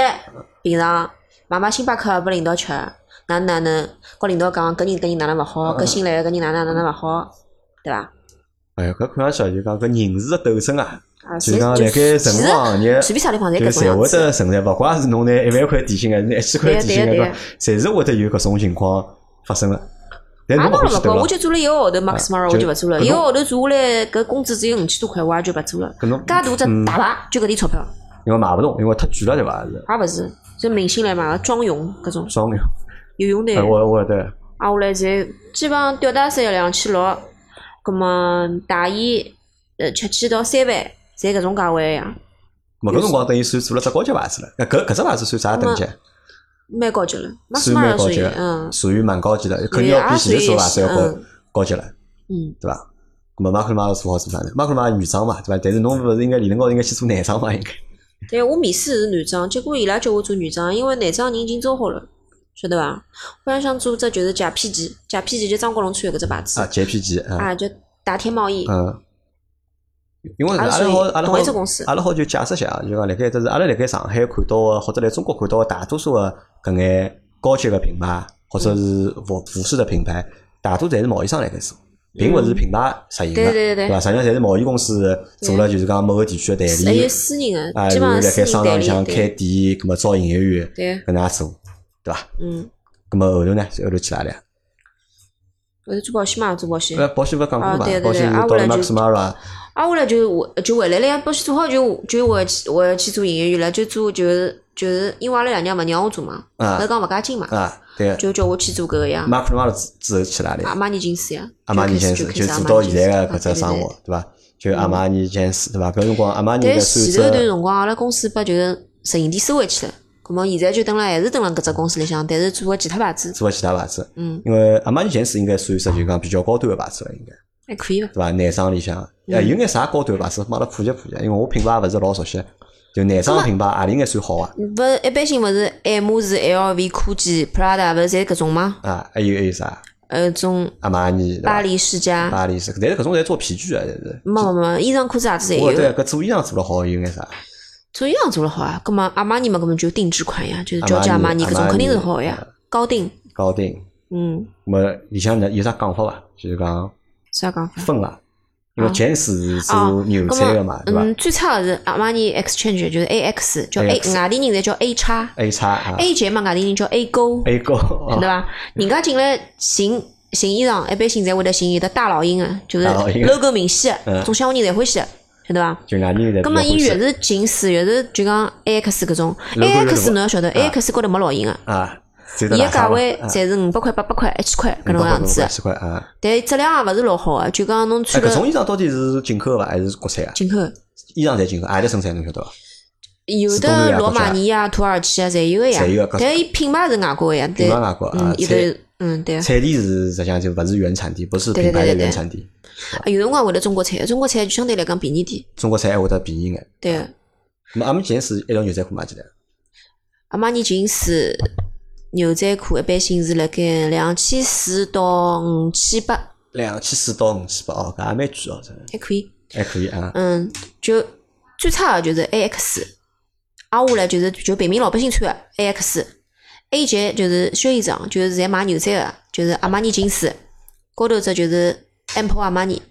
Speaker 2: 平常买买星巴克拨领导吃，哪能哪能，告领导讲搿人搿人哪能勿好，搿新来的搿人哪能哪能勿好，对伐？
Speaker 1: 哎哟，搿看上去就讲搿人事的斗争啊，
Speaker 2: 啊，
Speaker 1: 就
Speaker 2: 其实
Speaker 1: 讲辣
Speaker 2: 就
Speaker 1: 盖任何
Speaker 2: 是其实
Speaker 1: 行业
Speaker 2: 随便啥地方侪
Speaker 1: 就
Speaker 2: 搿
Speaker 1: 侪
Speaker 2: 种
Speaker 1: 会
Speaker 2: 样子。
Speaker 1: 得存在，勿怪是侬拿一万块底薪还是拿一千块
Speaker 2: 对呀
Speaker 1: 底薪
Speaker 2: 对呀
Speaker 1: 个，侪是会得有搿种情况发生个。但
Speaker 2: 也
Speaker 1: 侬
Speaker 2: 到
Speaker 1: 勿
Speaker 2: 了
Speaker 1: 会
Speaker 2: 勿
Speaker 1: 去对
Speaker 2: 高，
Speaker 1: 伐
Speaker 2: 我？就做了一个号头
Speaker 1: 啊
Speaker 2: Max Mara，我
Speaker 1: 就
Speaker 2: 就勿做了。
Speaker 1: 搿
Speaker 2: 一个
Speaker 1: 侬
Speaker 2: 号头做下来，搿工资只有五千多块，我也就勿做了。
Speaker 1: 搿侬
Speaker 2: 介大
Speaker 1: 嗯
Speaker 2: 只大牌，就搿点钞票，
Speaker 1: 因为买勿动，因为太贵了对伐？是
Speaker 2: 也勿是。就明星来嘛，妆容搿种
Speaker 1: 双流。
Speaker 2: 游泳队
Speaker 1: 哎，，我我对，
Speaker 2: 啊，下来侪基本上吊带衫要两千六，葛么大衣呃七千到三万，侪搿种价位啊呀，
Speaker 1: 冇搿辰光等于算做了只高级牌子了。那搿搿只牌子算啥等级？
Speaker 2: 蛮高级了。Max
Speaker 1: 算蛮
Speaker 2: Mara
Speaker 1: 高
Speaker 2: 属
Speaker 1: 级
Speaker 2: 于
Speaker 1: 的
Speaker 2: 嗯，
Speaker 1: 属于蛮高级的，肯定要比前头做牌子要高
Speaker 2: 嗯
Speaker 1: 高级了，
Speaker 2: 嗯，
Speaker 1: 对伐？咁么马克马做好做啥呢？马克马女装嘛，对伐？但是侬勿是应该理论高头应该去做男装嘛？应该
Speaker 2: 但我面试是男装，结果伊拉叫我做女装，因为男装人已经做好了，晓得伐？我想想做只就是假披肩，假披肩就张国荣穿的搿只牌子
Speaker 1: 啊，JPG 啊，
Speaker 2: 啊，叫达天贸易。
Speaker 1: 嗯，因为
Speaker 2: 阿
Speaker 1: 阿
Speaker 2: 拉
Speaker 1: 拉
Speaker 2: 属于
Speaker 1: 好，阿拉
Speaker 2: 啊同一只
Speaker 1: 好
Speaker 2: 公司，
Speaker 1: 阿拉好就解释一下，就讲辣盖，就是阿拉辣盖上海看到个，或者来中国看到个大多数个搿眼高级个品牌，或者是服服饰的品牌，大多侪是贸易商辣盖做，并勿是品牌直营的，
Speaker 2: 嗯对对对对
Speaker 1: 伐？实际上侪是贸易公司做了，就是讲某个地区的代
Speaker 2: 还
Speaker 1: 理
Speaker 2: 有，私人
Speaker 1: 啊，
Speaker 2: 的，基
Speaker 1: 然
Speaker 2: 本
Speaker 1: 后辣
Speaker 2: 上
Speaker 1: 盖
Speaker 2: 私
Speaker 1: 商场
Speaker 2: 人代
Speaker 1: 里向
Speaker 2: 理。
Speaker 1: 开
Speaker 2: 对
Speaker 1: 店，葛末招营业员，
Speaker 2: 对，
Speaker 1: 搿能介做，对伐？
Speaker 2: 嗯，
Speaker 1: 葛末后头呢，后头去哪里啊？
Speaker 2: 后头做保险嘛，做保险。
Speaker 1: 呃，保险勿是讲过
Speaker 2: 啊
Speaker 1: 嘛
Speaker 2: 对，对
Speaker 1: 保险
Speaker 2: 对
Speaker 1: 是
Speaker 2: 啊
Speaker 1: d o
Speaker 2: 我
Speaker 1: l l
Speaker 2: 来
Speaker 1: a
Speaker 2: 就
Speaker 1: Max Mara，
Speaker 2: 啊，我来就就回来了呀，保险做好就就回去回去做营业员了，就做就是就是因为阿拉爷娘勿让我做嘛，
Speaker 1: 啊
Speaker 2: 勿是讲勿加劲嘛，
Speaker 1: 啊，对
Speaker 2: 就叫我去做搿个呀，
Speaker 1: ，Max Mara 之之后去哪里？
Speaker 2: 阿玛尼金斯呀，
Speaker 1: 阿玛尼
Speaker 2: 开
Speaker 1: 先
Speaker 2: 始
Speaker 1: 生
Speaker 2: 开
Speaker 1: 就
Speaker 2: 始
Speaker 1: 做
Speaker 2: 阿玛
Speaker 1: 到
Speaker 2: 尼
Speaker 1: 现
Speaker 2: 金啊
Speaker 1: 在
Speaker 2: 斯
Speaker 1: 个
Speaker 2: 嘛
Speaker 1: 搿只生。
Speaker 2: 对对对
Speaker 1: 活，对伐？就阿玛尼先生，对伐？搿辰光阿玛尼应该
Speaker 2: 但
Speaker 1: 算
Speaker 2: 前头一段
Speaker 1: 只
Speaker 2: 辰光，阿拉公司把就是直营店收回去了，葛末现在就等了还是等了搿只公司里向，但是做个其他牌子，
Speaker 1: 做个其他牌子，
Speaker 2: 嗯，
Speaker 1: 因为阿玛尼先生应该算只就讲比较高端个牌子了，应该
Speaker 2: 还可以伐？
Speaker 1: 对伐？男装里向，
Speaker 2: 嗯
Speaker 1: 呃，有眼啥高端牌子，帮阿拉普及普及，因为我品牌勿是老熟悉，就男装品牌何里应该算好啊？
Speaker 2: 勿是一般性勿是爱马仕、LV、科技、Prada 勿是侪搿种吗？
Speaker 1: 啊，还有还有啥？
Speaker 2: 呃，种
Speaker 1: 阿玛尼，对伐
Speaker 2: 巴黎世家，
Speaker 1: 巴黎是，但是搿种侪做皮具啊，但是。
Speaker 2: 没没没，衣裳裤子鞋子
Speaker 1: 我
Speaker 2: 侪
Speaker 1: 对
Speaker 2: 有。
Speaker 1: 搿做衣裳做了好有眼啥？
Speaker 2: 做衣裳做了好啊，葛末阿玛尼嘛，搿么就定制款呀，就是交际
Speaker 1: 阿
Speaker 2: 阿
Speaker 1: 玛
Speaker 2: 玛
Speaker 1: 尼
Speaker 2: 尼搿种
Speaker 1: 阿玛尼
Speaker 2: 肯定是好呀，高定。
Speaker 1: 高定，
Speaker 2: 嗯，
Speaker 1: 么里向呢有啥讲法伐？就是讲
Speaker 2: 啥讲法？
Speaker 1: 分啊，因为
Speaker 2: 啊
Speaker 1: Jeans 是
Speaker 2: 啊
Speaker 1: 做，牛仔
Speaker 2: 葛
Speaker 1: 个
Speaker 2: 末
Speaker 1: 嘛，对伐
Speaker 2: 嗯，最差的是阿玛尼 Exchange，就是 AX，叫 A，
Speaker 1: AX
Speaker 2: 外地人侪叫 A 叉。
Speaker 1: ？A 叉啊
Speaker 2: A 级嘛，外地人叫 A 勾，
Speaker 1: ，A 高
Speaker 2: 对
Speaker 1: 啊，
Speaker 2: 伐？人家进来寻寻衣裳，一般性侪会得寻有的大老鹰啊，就是
Speaker 1: 大老鹰
Speaker 2: logo 明显的，
Speaker 1: 嗯
Speaker 2: 种乡下人侪欢喜的，晓得伐？
Speaker 1: 就外地人
Speaker 2: 咁么，伊越
Speaker 1: 越
Speaker 2: 是近似，越是就讲 A X 搿种
Speaker 1: logo
Speaker 2: ，A
Speaker 1: 越
Speaker 2: X
Speaker 1: 是
Speaker 2: 侬要晓得，A X 高头没老鹰个，
Speaker 1: 啊，就
Speaker 2: 伊
Speaker 1: 得
Speaker 2: 个
Speaker 1: 哪
Speaker 2: 价
Speaker 1: 啥嘛
Speaker 2: 位
Speaker 1: 啊
Speaker 2: 侪是五百块、八百块、一千块搿
Speaker 1: 嗯
Speaker 2: 能哎样子
Speaker 1: 八
Speaker 2: 的，
Speaker 1: 十块啊。
Speaker 2: 但质量也勿是老好个，啊就讲侬
Speaker 1: 哎，
Speaker 2: 穿
Speaker 1: 搿
Speaker 2: 了
Speaker 1: 种衣裳到底是进口伐，还是国产啊？
Speaker 2: 进口的，
Speaker 1: 衣裳侪进口，阿里生产侬晓得伐？
Speaker 2: 有
Speaker 1: 是东南
Speaker 2: 的
Speaker 1: 亚
Speaker 2: 罗
Speaker 1: 国家
Speaker 2: 马尼亚、土耳其啊，侪有个呀
Speaker 1: 侪有的搿，
Speaker 2: 但伊品牌是外国个呀，对
Speaker 1: 品牌，外国啊
Speaker 2: 嗯，，有
Speaker 1: 产
Speaker 2: 的，嗯，对啊。
Speaker 1: 产地是实际上就勿是原产地，不是
Speaker 2: 对
Speaker 1: 品牌的
Speaker 2: 对对对
Speaker 1: 原产地。
Speaker 2: 啊有辰光会得中国菜，中国菜就相对来讲便宜点。
Speaker 1: 中国产还会得便宜眼。
Speaker 2: 对，
Speaker 1: 那阿姆 Jeans 一条牛仔裤买几钿？
Speaker 2: 阿玛尼裙是牛仔裤一般性是辣盖两千四到五千八，
Speaker 1: 两千四到五千八哦，搿也蛮贵哦，真的
Speaker 2: 还可以。
Speaker 1: 还可以啊。
Speaker 2: 嗯，就最差的就是 A X，挨下来就是就平民老百姓穿的 A X。A 级就是休闲装，就是侪买牛仔的，就是阿玛尼裙丝，高头只就是 M p o 阿玛尼，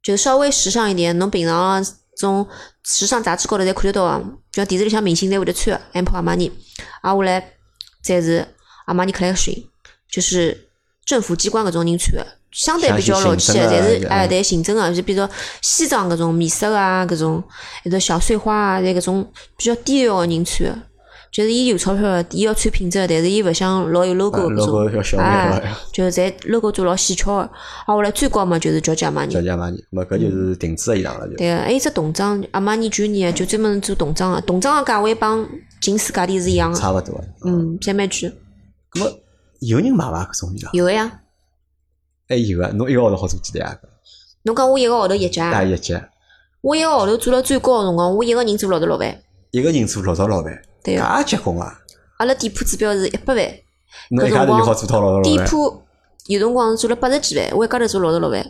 Speaker 2: 就是稍微时尚一点。侬平常种时尚杂志高头侪看得到啊，就像电视里向明星侪会得穿啊 M p o 阿玛尼，挨下啊来再是阿玛尼 collection，就是政府机关搿种人穿的，相对比较老气的，
Speaker 1: 像是行
Speaker 2: 侪
Speaker 1: 政
Speaker 2: 是
Speaker 1: 啊
Speaker 2: 哎，对行政的，就比较西装搿种米色啊，搿种还有小碎花啊，侪搿种比较低调的人穿的。就是伊有钞票的，伊要穿品质的，但是伊勿想老有 logo 的搿
Speaker 1: 哎啊 logo 要小
Speaker 2: 种，
Speaker 1: 眼
Speaker 2: 哎
Speaker 1: 了，，
Speaker 2: 就是侪 logo 做老细巧的。啊，后来最高嘛就是叫阿玛尼
Speaker 1: 小，姐买你，咹搿就是定制的衣裳了，就
Speaker 2: 嗯对啊哎个，还有只童装，阿玛尼 Junior 就专门做童装的，童装的价位帮近视价钿是一样的，啊
Speaker 1: 差勿多。
Speaker 2: 嗯，侪蛮贵的，
Speaker 1: 咾么有人买伐搿种衣裳？
Speaker 2: 有个呀。
Speaker 1: 还有啊，侬一个号头好做几钿啊？
Speaker 2: 侬讲我一个号头业绩
Speaker 1: 大
Speaker 2: 啊，
Speaker 1: 一节，
Speaker 2: 我一个号头做了最高的辰光，我一个人做六十六万，
Speaker 1: 一个人做六十六万，
Speaker 2: 对个。
Speaker 1: 搿也结棍啊！
Speaker 2: 阿拉店铺指标是一百万，
Speaker 1: 侬一家头就好做到六十六
Speaker 2: 店
Speaker 1: 万，
Speaker 2: 铺有辰光是做了八十几万，我一家头做六十六万。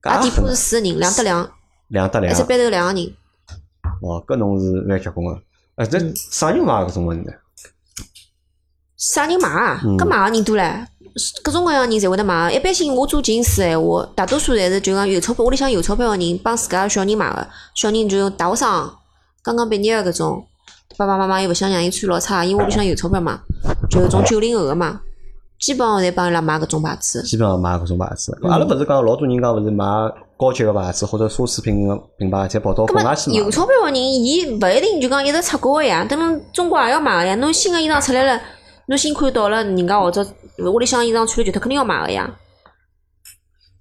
Speaker 2: 啊，
Speaker 1: 搿也
Speaker 2: 店铺
Speaker 1: 很
Speaker 2: 是四个人，两搭两，
Speaker 1: 两搭
Speaker 2: 一
Speaker 1: 两
Speaker 2: 只班头两个人。
Speaker 1: 哦，搿侬是蛮结棍个。啊，这
Speaker 2: 嗯
Speaker 1: 啥人买搿种物事呢？
Speaker 2: 啥人买啊？
Speaker 1: 嗯
Speaker 2: 搿买个人多唻，各种各样的人侪会得买。一般性我做近视闲话，大多数侪是就讲有钞票，屋里向有钞票个人帮自家个小人买个，小人就大学生刚刚毕业个搿种，爸爸妈妈又勿想让伊穿老差，因为屋里向有钞票嘛，就是种九零后个嘛，基本上侪帮伊拉买搿种牌子。
Speaker 1: 基本上买搿种牌子，阿拉
Speaker 2: 嗯
Speaker 1: 勿是讲老多人讲勿是买高级个牌子或者奢侈品个品牌，才跑到国外去买。
Speaker 2: 有钞票个人，伊勿一定就讲一直出国个呀，等侬中国也要买个呀。侬新个衣裳出来了，侬新看到了，人家号召屋里向衣裳穿了就脱，肯定要买个呀。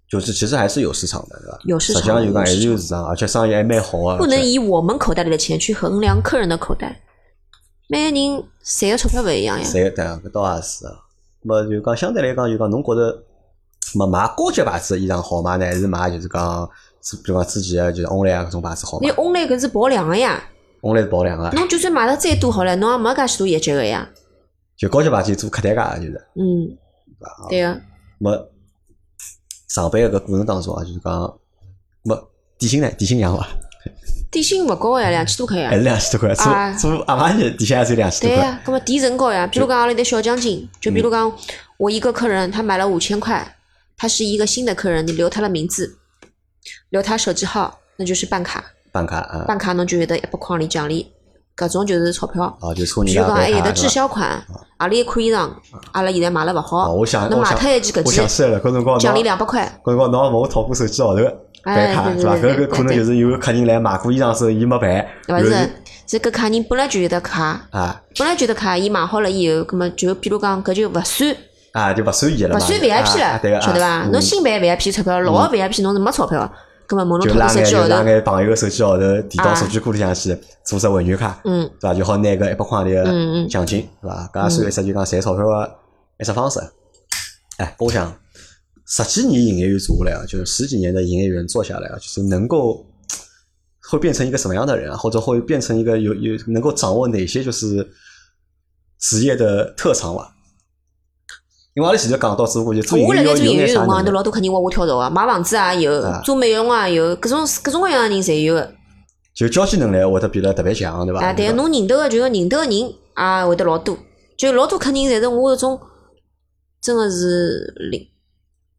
Speaker 1: 就是其实还是有市场的，对吧？
Speaker 2: 有市场
Speaker 1: 实际上就讲还是有市场，而且生意还蛮好啊。
Speaker 2: 不能
Speaker 1: 而且
Speaker 2: 以我们口袋里的钱去衡量客人的口袋，每个人赚的钞票勿一样呀。
Speaker 1: 谁对啊，搿倒也是啊。那么就讲相对来讲，就讲侬觉着，么买高级牌子的衣裳好买呢，还是买就是讲，比如讲之前的就是 Only 啊搿种牌子好
Speaker 2: 你
Speaker 1: 买
Speaker 2: online 搿是跑量的呀，
Speaker 1: ？Only 是保啊量个，
Speaker 2: 侬就算买的再多好了，侬也没介许多业绩的呀。
Speaker 1: 就高级牌子做客单价的就是。
Speaker 2: 嗯，对个、
Speaker 1: 么上班个搿过程当中啊，就是讲，么底薪呢？底薪样伐？
Speaker 2: 底薪勿高呀，两千多块
Speaker 1: 还
Speaker 2: 呀。
Speaker 1: 是两千多块？
Speaker 2: 啊
Speaker 1: 做做阿玛尼底薪也只有两千
Speaker 2: 对啊
Speaker 1: 多块。
Speaker 2: 呀、搿么提成高呀。比如讲阿拉有点小奖金，就比如讲我一个客人他买了五千块，他是一个新的客人，你留他的名字，留他手机号，那就是办卡。
Speaker 1: 办卡啊，
Speaker 2: 办卡侬就有得一百块钿奖励。搿种就是钞票。
Speaker 1: 啊，就冲
Speaker 2: 譬
Speaker 1: 人家
Speaker 2: 如讲，哎还有得
Speaker 1: 的
Speaker 2: 滞销款，阿拉一看衣裳，阿拉现在买了勿
Speaker 1: 啊，
Speaker 2: 好，
Speaker 1: 我想，
Speaker 2: 侬
Speaker 1: 我
Speaker 2: 买
Speaker 1: 想
Speaker 2: 脱一件搿
Speaker 1: 我想
Speaker 2: 件，
Speaker 1: 起来了，搿辰光
Speaker 2: 奖励
Speaker 1: 侬
Speaker 2: 两百块。
Speaker 1: 搿辰光侬也问哦我讨过手机号头个办
Speaker 2: 哎
Speaker 1: 卡
Speaker 2: 对
Speaker 1: 是吧？
Speaker 2: 对
Speaker 1: 搿
Speaker 2: 对
Speaker 1: 个可能
Speaker 2: 对
Speaker 1: 就是有客人来买过衣裳之后，伊没办，
Speaker 2: 勿
Speaker 1: 然后
Speaker 2: 是，这搿卡人本来就有得卡，
Speaker 1: 啊
Speaker 2: 本来就有得卡，伊买好了以后，葛么就比如讲搿就勿算
Speaker 1: 啊就勿算伊了嘛，
Speaker 2: 勿算
Speaker 1: 啊
Speaker 2: VIP
Speaker 1: 啊对
Speaker 2: 了，
Speaker 1: 个，
Speaker 2: 晓得
Speaker 1: 啊
Speaker 2: 伐？
Speaker 1: 嗯
Speaker 2: 侬新办 VIP 钞票，老的 VIP 侬是没钞票的，葛么问侬
Speaker 1: 就
Speaker 2: 通过
Speaker 1: 拉
Speaker 2: 手
Speaker 1: 眼
Speaker 2: 机
Speaker 1: 就
Speaker 2: 号
Speaker 1: 拉
Speaker 2: 头，
Speaker 1: 眼朋友手机号头，提到
Speaker 2: 哦啊
Speaker 1: 数据库里向去做只会员卡，
Speaker 2: 嗯
Speaker 1: 对伐？就好拿搿一百块钿
Speaker 2: 嗯
Speaker 1: 个
Speaker 2: 嗯
Speaker 1: 奖金，对伐？搿也算一只就讲赚钞票个一只方式。哎，我想十几年营业员做下来啊，就是十几年的营业员做下来啊，就是能够会变成一个什么样的人啊，或者会变成一个有有能够掌握哪些就是职业的特长伐？因为阿拉前头讲到，只不过就做营
Speaker 2: 我辣
Speaker 1: 业
Speaker 2: 盖
Speaker 1: 要
Speaker 2: 做
Speaker 1: 有
Speaker 2: 营业
Speaker 1: 眼
Speaker 2: 员
Speaker 1: 啥
Speaker 2: 辰光，
Speaker 1: 能
Speaker 2: 都
Speaker 1: 力
Speaker 2: 老多客人往我跳槽个，买房子也有
Speaker 1: 啊，
Speaker 2: 做美容也有，各种各种各样的人侪有个。
Speaker 1: 就交际能力会得变得特别强，对伐？
Speaker 2: 啊，对，
Speaker 1: 吧
Speaker 2: 侬认得个就要认得个人也会得老多，就老多客人侪是我搿种，真个是零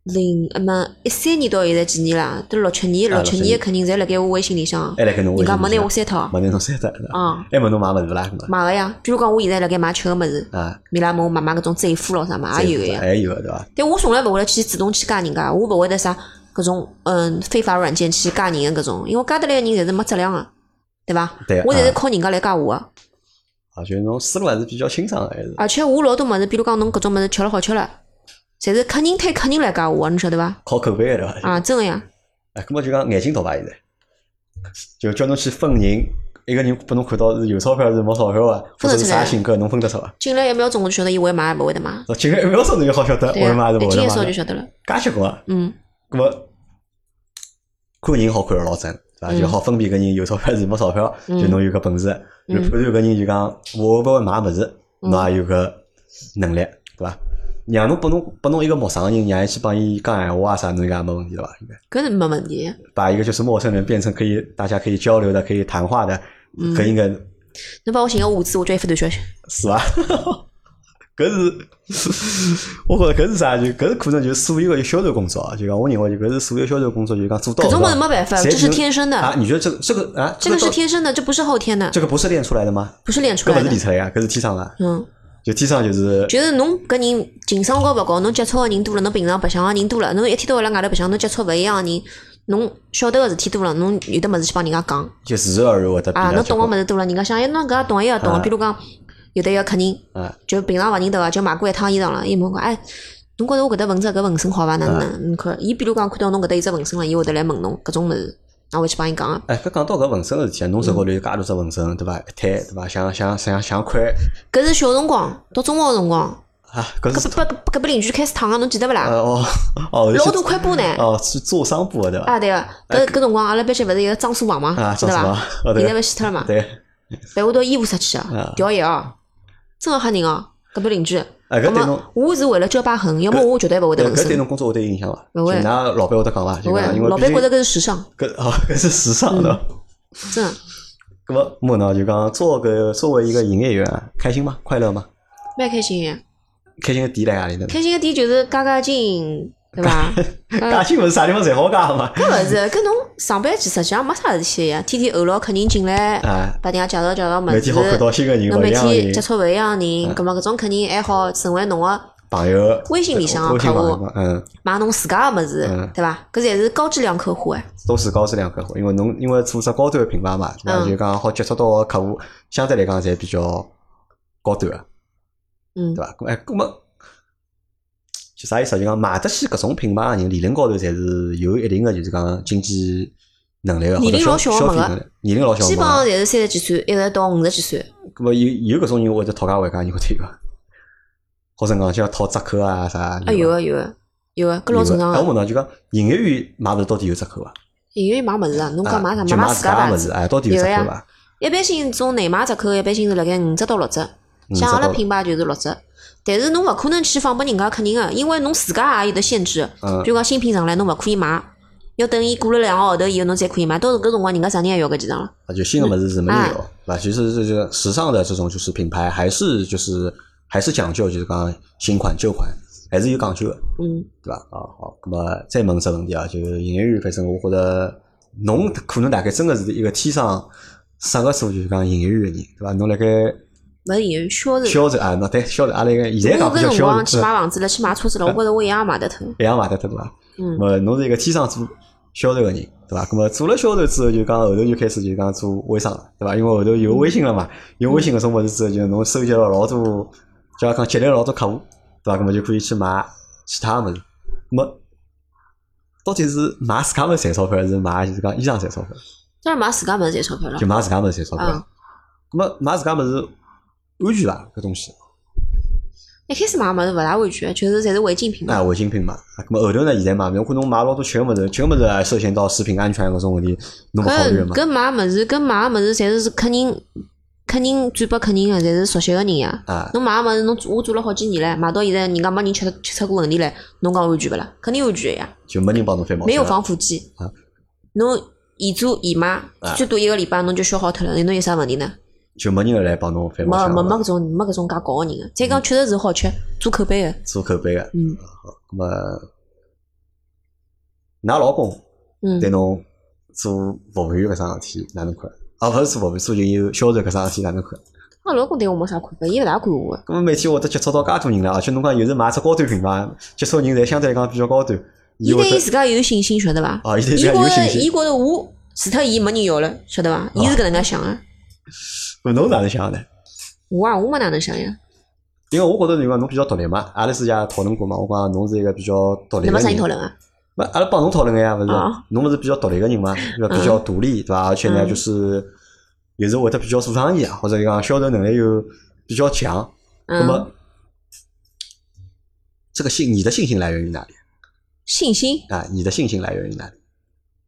Speaker 2: 零呃么一三年到现在几年啦，都六七年
Speaker 1: 啊
Speaker 2: 六七
Speaker 1: 六七
Speaker 2: 年个客人侪辣盖我微信里向，
Speaker 1: 还来跟侬微信
Speaker 2: 人家没拿我
Speaker 1: 里
Speaker 2: 删脱
Speaker 1: 向，没拿侬删脱，
Speaker 2: 啊，
Speaker 1: 还没侬买物事啦，
Speaker 2: 买个呀，比如讲我现在辣盖买吃个物事，
Speaker 1: 啊，
Speaker 2: 伊拉问我买买搿种嘴夫咯啥嘛，也有个呀，
Speaker 1: 还有的对伐？
Speaker 2: 但我从来勿会得去主动去加人家，我勿会得啥搿种嗯非法软件去加人个搿种，因为加得来个人侪是没质量个，对伐
Speaker 1: 对？
Speaker 2: 我侪是
Speaker 1: 啊
Speaker 2: 靠人家来加我个。
Speaker 1: 啊，就是侬思路还是比较清爽的，还是
Speaker 2: 而且我老多物事，比如讲侬搿种物事吃了好吃了，侪是客人推客人来加我，侬晓得伐？
Speaker 1: 靠口碑的对伐？
Speaker 2: 啊，真个呀，
Speaker 1: 啊，搿么就讲眼睛大伐？现在就叫侬去分人，一个人拨侬看到是有钞票还是没钞票啊，或
Speaker 2: 分
Speaker 1: 者是
Speaker 2: 得出来
Speaker 1: 啥性格，侬分得出哦伐？
Speaker 2: 进来一秒钟我就晓得伊会买还勿会得买，
Speaker 1: 那进来一秒钟侬就好晓得
Speaker 2: 对
Speaker 1: 会买还是
Speaker 2: 眼
Speaker 1: 不
Speaker 2: 睛
Speaker 1: 会
Speaker 2: 一扫
Speaker 1: 买
Speaker 2: 就，晓得了。
Speaker 1: 介结棍啊！
Speaker 2: 嗯，
Speaker 1: 搿么看人好看得老准，对伐？
Speaker 2: 嗯
Speaker 1: 就好分辨搿人有钞票还是没钞票，
Speaker 2: 嗯
Speaker 1: 就侬有搿本事。就
Speaker 2: 嗯
Speaker 1: 判断搿人就讲我会勿会买物事，
Speaker 2: 嗯
Speaker 1: 侬也有搿能力，对伐？让侬拨侬拨侬一个陌生个人，让伊去帮伊讲闲话啊啥，侬应该也没问题对伐？应该
Speaker 2: 搿是没问题。
Speaker 1: 把一个就是陌生人变成可以大家可以交流的、可以谈话的，
Speaker 2: 嗯
Speaker 1: 搿应该
Speaker 2: 侬帮我寻个胡子，我叫伊发短消息。
Speaker 1: 是伐？ 搿是，我觉着搿是啥？就搿是可能就是所有个销售工作啊，就讲我认为就搿是所有销售工作，就讲做到
Speaker 2: 搿种
Speaker 1: 的
Speaker 2: 物事没办法，
Speaker 1: 谁
Speaker 2: 这是
Speaker 1: 能
Speaker 2: 天生
Speaker 1: 啊
Speaker 2: 的，，
Speaker 1: 你觉得这个这个啊，
Speaker 2: 这个是
Speaker 1: 到
Speaker 2: 天生的，这不是后天的，
Speaker 1: 这个不是练出来的吗？
Speaker 2: 不是练出
Speaker 1: 搿
Speaker 2: 来
Speaker 1: 勿是练
Speaker 2: 的。
Speaker 1: 出来呀，搿是天生的，
Speaker 2: 嗯，
Speaker 1: 就天生就是
Speaker 2: 就是侬搿人情商高勿高，侬接触个人多了，侬平常白相个人多了，侬一天到晚辣外头白相，侬接触勿一样个人，侬晓得个事体多了，侬有的物事去帮人家讲。
Speaker 1: 就自然而然会得
Speaker 2: 啊，
Speaker 1: 变
Speaker 2: 侬
Speaker 1: 得
Speaker 2: 懂个物事多了，人家想，哎，侬搿也懂，伊也懂
Speaker 1: 啊
Speaker 2: 个。比如讲，有的一个客人，
Speaker 1: 啊，
Speaker 2: 就平常勿认得个，就买过一趟衣裳了，伊问我，哎，侬觉着我搿搭纹只搿纹身好伐？哪能哪能？侬看，伊比如讲看到侬搿搭有只纹身了，伊会得来问侬搿种物事，那我会去帮伊讲个。啊
Speaker 1: 哎，搿讲到搿纹身个事体啊，侬手高头有介多只纹身，对伐？一摊对伐？像像像像块
Speaker 2: 搿是小辰光，到中学个辰光，
Speaker 1: 啊，搿是
Speaker 2: 搿拨搿拨邻居开始烫个，侬记得勿啦？
Speaker 1: 呃哦哦，
Speaker 2: 老
Speaker 1: 是
Speaker 2: 多块布呢。
Speaker 1: 哦是做商铺个对伐？
Speaker 2: 啊对个，搿搿辰光阿拉班级勿是有个张书房
Speaker 1: 呃啊
Speaker 2: 嘛，记得
Speaker 1: 张书房
Speaker 2: 伐
Speaker 1: 啊？对
Speaker 2: 现在勿死脱了嘛？
Speaker 1: 对，
Speaker 2: 陪我到医务室去
Speaker 1: 啊
Speaker 2: 啊，调药哦，真个吓人哦，搿边邻居。
Speaker 1: 哎搿对
Speaker 2: 葛末
Speaker 1: 侬
Speaker 2: 我是为了交疤痕，要么我绝对勿会得
Speaker 1: 对
Speaker 2: 纹
Speaker 1: 搿对
Speaker 2: 身，
Speaker 1: 侬工作会得有影响伐？
Speaker 2: 勿会
Speaker 1: 就㑚老板会得讲伐？
Speaker 2: 勿
Speaker 1: 就
Speaker 2: 会
Speaker 1: 讲因。为
Speaker 2: 老
Speaker 1: 毕
Speaker 2: 板
Speaker 1: 竟
Speaker 2: 觉得搿是时尚，
Speaker 1: 搿哦搿是时尚的。
Speaker 2: 嗯真的
Speaker 1: 搿么木呢就讲做个作为一个营业员啊，开心吗？快乐吗？
Speaker 2: 蛮开心个。
Speaker 1: 开心个啊点辣何里呢？
Speaker 2: 开心个点就是加加劲，对伐？
Speaker 1: 加薪勿是啥地方侪好加嘛？
Speaker 2: 搿勿是，搿侬上班去实际上没啥事体个呀，天天候牢客人进来，
Speaker 1: 啊，
Speaker 2: 拨人家介绍介绍物事，
Speaker 1: 每天好看到新个人，
Speaker 2: 侬
Speaker 1: 勿一
Speaker 2: 每
Speaker 1: 样个
Speaker 2: 天
Speaker 1: 人啊
Speaker 2: 接，触勿一样个人，葛末搿种客人还好成为侬个
Speaker 1: 朋友，
Speaker 2: 微信里向
Speaker 1: 微
Speaker 2: 个
Speaker 1: 信
Speaker 2: 客
Speaker 1: 朋友
Speaker 2: 户，
Speaker 1: 嘛，嗯，
Speaker 2: 买侬自家个物事
Speaker 1: 嗯，
Speaker 2: 对伐？搿侪是高质量客户哎。
Speaker 1: 都是高质量客户，因为侬因为做只高端个品牌嘛，对伐？
Speaker 2: 嗯
Speaker 1: 就讲好接触到个客户，相对来讲侪比较高端啊个，
Speaker 2: 嗯
Speaker 1: 对，伐？咾哎，搿么就啥意思啊？就讲买得起搿种品牌个人，理论高头侪是有一定个就是讲经济能力个，或
Speaker 2: 年
Speaker 1: 者
Speaker 2: 龄
Speaker 1: 消
Speaker 2: 老小
Speaker 1: 消
Speaker 2: 没
Speaker 1: 费
Speaker 2: 个
Speaker 1: 能力，年龄老小
Speaker 2: 基本
Speaker 1: 嘛
Speaker 2: 上。侪是三十几岁，一直到五十几岁。
Speaker 1: 搿么有有搿种人会得讨价还价，你会得有伐？或者讲像讨折扣啊啥？
Speaker 2: 啊，有
Speaker 1: 伐
Speaker 2: 个有个有个，搿老正常啊
Speaker 1: 哎，我
Speaker 2: 个。
Speaker 1: 问侬，就讲营业员买物事到底有折扣伐？
Speaker 2: 营业员买物事啊，侬讲买
Speaker 1: 啊
Speaker 2: 啥？
Speaker 1: 就
Speaker 2: 买
Speaker 1: 自
Speaker 2: 家
Speaker 1: 家
Speaker 2: 牌
Speaker 1: 物
Speaker 2: 子
Speaker 1: 事，。哎，到底有折扣伐？
Speaker 2: 一般性种内买折扣，一般性是辣盖五折到六折，像阿拉品牌就是六折。但是侬勿可能去放拨人家客人个，因为侬自家也有得限制
Speaker 1: 嗯。
Speaker 2: 比如讲新品上来，侬勿可以买，要等伊过了两个号头以后，侬才可以买。到搿辰光，人家啥人还要搿几张了？
Speaker 1: 啊，就新的物事是没
Speaker 2: 哎
Speaker 1: 有，对吧？其实这个时尚的这种就是品牌，还是就是还是讲究，就是刚刚新款旧款还是有讲究的，
Speaker 2: 嗯，
Speaker 1: 对吧？啊，好，那么再问只问题啊，就是营业员，反正我觉得侬可能大概真的是一个天生啥个做就是讲营业员个人，对伐？侬辣盖
Speaker 2: 勿是有销售。
Speaker 1: 销售啊，那对销售，阿拉应该现在
Speaker 2: 我
Speaker 1: 讲
Speaker 2: 搿
Speaker 1: 叫
Speaker 2: 辰光
Speaker 1: 销
Speaker 2: 去
Speaker 1: 售，
Speaker 2: 买
Speaker 1: 嗯
Speaker 2: 房子了，去买车子了，我觉着我一样买得脱。
Speaker 1: 一样买得脱对伐？
Speaker 2: 嗯
Speaker 1: 么侬是一个天生做销售个人，对伐？咁么做了销售之后，就讲后头就开始就讲做微商了，对伐？因为后头有微信了嘛，有微信搿种物事之后，就侬收集了老多，就讲积累了老多客户，对伐？咁么就可以去买其他个物事。咁么到底是买自家物事赚钞票，还是买就是讲衣裳赚钞票？
Speaker 2: 当然买自家物事赚钞票了
Speaker 1: 就。买自家物事赚钞
Speaker 2: 嗯
Speaker 1: 票。咁么买自家物事安全伐？搿东西，
Speaker 2: 一开始买物事勿大安全，就是侪是违禁品嘛。
Speaker 1: 那违禁品嘛。咁么后头呢？现在嘛，如果侬买老多吃个物事，吃个物事啊，涉嫌到食品安全搿种问题，侬勿考虑
Speaker 2: 搿
Speaker 1: 个嘛？
Speaker 2: 搿买物事，搿买物事侪是客人客人转拨客人个，侪是熟悉个人呀。
Speaker 1: 啊，
Speaker 2: 侬买个物事，侬做我做了好几年唻，买到现在人家没人吃吃出过问题来，侬讲安全勿啦？肯定安全呀，
Speaker 1: 就没人帮侬翻毛
Speaker 2: 没
Speaker 1: 线
Speaker 2: 有
Speaker 1: 了
Speaker 2: 防腐剂
Speaker 1: 啊。
Speaker 2: 侬现做现卖，最多一个礼拜侬就消耗脱了，侬有啥问题呢？
Speaker 1: 就没人来帮侬翻毛
Speaker 2: 没
Speaker 1: 线
Speaker 2: 没没
Speaker 1: 了，
Speaker 2: 搿种没搿种介搞个人个。啊再
Speaker 1: 嗯
Speaker 2: 讲确实是好吃，做口碑个。
Speaker 1: 做口碑个。
Speaker 2: 嗯
Speaker 1: 咁么，㑚老公
Speaker 2: 嗯
Speaker 1: 对，侬做服务员搿桩事体哪能看？啊，勿是做服务员，做就有销售搿桩事体哪能看？
Speaker 2: 我啊老公对我没啥看法，伊勿大管我个。
Speaker 1: 咁么每天会得接触到介多人了，而且侬讲又是买只高端品牌，接触人侪相对来讲比较高端，
Speaker 2: 伊
Speaker 1: 会
Speaker 2: 对伊
Speaker 1: 得
Speaker 2: 自家有信心，晓得伐？
Speaker 1: 啊，伊
Speaker 2: 伊
Speaker 1: 对自
Speaker 2: 觉
Speaker 1: 家有信
Speaker 2: 着伊
Speaker 1: 心。哦
Speaker 2: 觉着我除脱伊没人要了，晓得伐？伊是搿能介想个。
Speaker 1: 咁侬哪能想呢？
Speaker 2: 我啊，我没哪能想呀，
Speaker 1: 因为我觉着就讲侬比较独立嘛，阿拉之前也讨论过嘛，我讲侬是一个比较独立个
Speaker 2: 那没啥人
Speaker 1: 人
Speaker 2: 讨。论啊。
Speaker 1: 那阿拉帮侬讨论个呀，勿是
Speaker 2: 啊？
Speaker 1: 侬勿是比较独立个人嘛，对伐？比较独立，对伐？而且呢，
Speaker 2: 嗯
Speaker 1: 就是有时候会得比较做生意啊，或者讲销售能力又比较强。那
Speaker 2: 嗯，
Speaker 1: 么，这个信你的信心来源于哪里
Speaker 2: 信心，
Speaker 1: 啊？你的信心来源于哪里？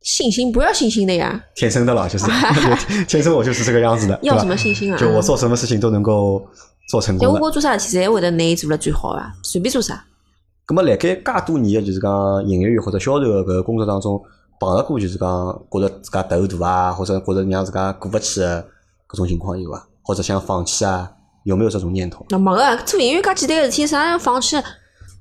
Speaker 2: 信心，不要信心的呀，
Speaker 1: 天生的了，就是 天生我就是这个样子的，对
Speaker 2: 要什么
Speaker 1: 吧？
Speaker 2: 信心啊？
Speaker 1: 就我做什么事情都能够做成
Speaker 2: 对，
Speaker 1: 功
Speaker 2: 我
Speaker 1: 的。
Speaker 2: 觉做啥事体侪会得拿伊做了最好啊，随便做啥。
Speaker 1: 那么，辣盖介多年的就是讲营业员或者销售的搿个工作当中，碰着过就是讲觉着自家头大啊，或者觉着让自家过勿去的搿种情况有伐？或者想放弃啊，有没有这种念头？
Speaker 2: 那没个做营业员介简单个事体，啥人放弃？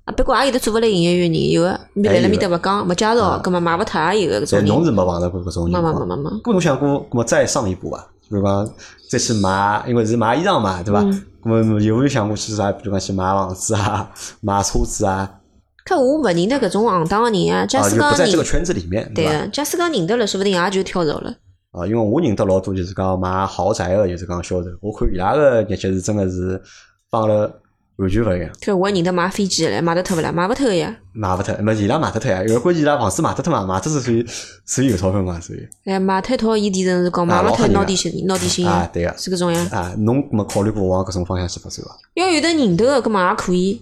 Speaker 2: 啊，别个也有的做勿来营业员人，有个咪来了咪搭勿讲，勿介绍，葛末卖勿脱也有个搿
Speaker 1: 所
Speaker 2: 种
Speaker 1: 以侬
Speaker 2: 人。
Speaker 1: 是没碰着过搿种
Speaker 2: 没
Speaker 1: 情
Speaker 2: 没
Speaker 1: 况。
Speaker 2: 没没没，
Speaker 1: 咾侬想过，咾么再上一步伐？比如讲再去买，因为是买衣裳嘛，对伐？
Speaker 2: 嗯
Speaker 1: 咾么有没有想过去啥？比如讲去买房子啊，买车子啊，
Speaker 2: 看我勿认得搿种行当个人啊，假
Speaker 1: 啊，
Speaker 2: 使
Speaker 1: 就
Speaker 2: 讲
Speaker 1: 不在这个
Speaker 2: 认，
Speaker 1: 圈子里面，
Speaker 2: 对啊
Speaker 1: 伐？
Speaker 2: 个，假使讲认得了，说勿定也就跳槽了。
Speaker 1: 啊，因为我认得老多就是讲买豪宅个，就是讲销售，我看伊拉个日脚是真个是帮了完全勿一样，
Speaker 2: 看我认得买飞机个唻，买得脱勿啦？买勿脱个呀。
Speaker 1: 买勿脱，没伊拉买得脱啊呀，因为关键伊拉房子买得脱嘛，买得脱所以所以有钞票嘛，所以
Speaker 2: 哎，买脱一套伊提成是讲
Speaker 1: 啊
Speaker 2: 买勿
Speaker 1: 老
Speaker 2: 脱
Speaker 1: 吓人
Speaker 2: 拿
Speaker 1: 啊
Speaker 2: 底薪，拿底薪
Speaker 1: 啊
Speaker 2: 呀，
Speaker 1: 对个
Speaker 2: 是搿种呀。
Speaker 1: 啊，侬没考虑过往搿种方向去发展伐？
Speaker 2: 要有的认得个，搿么也可以。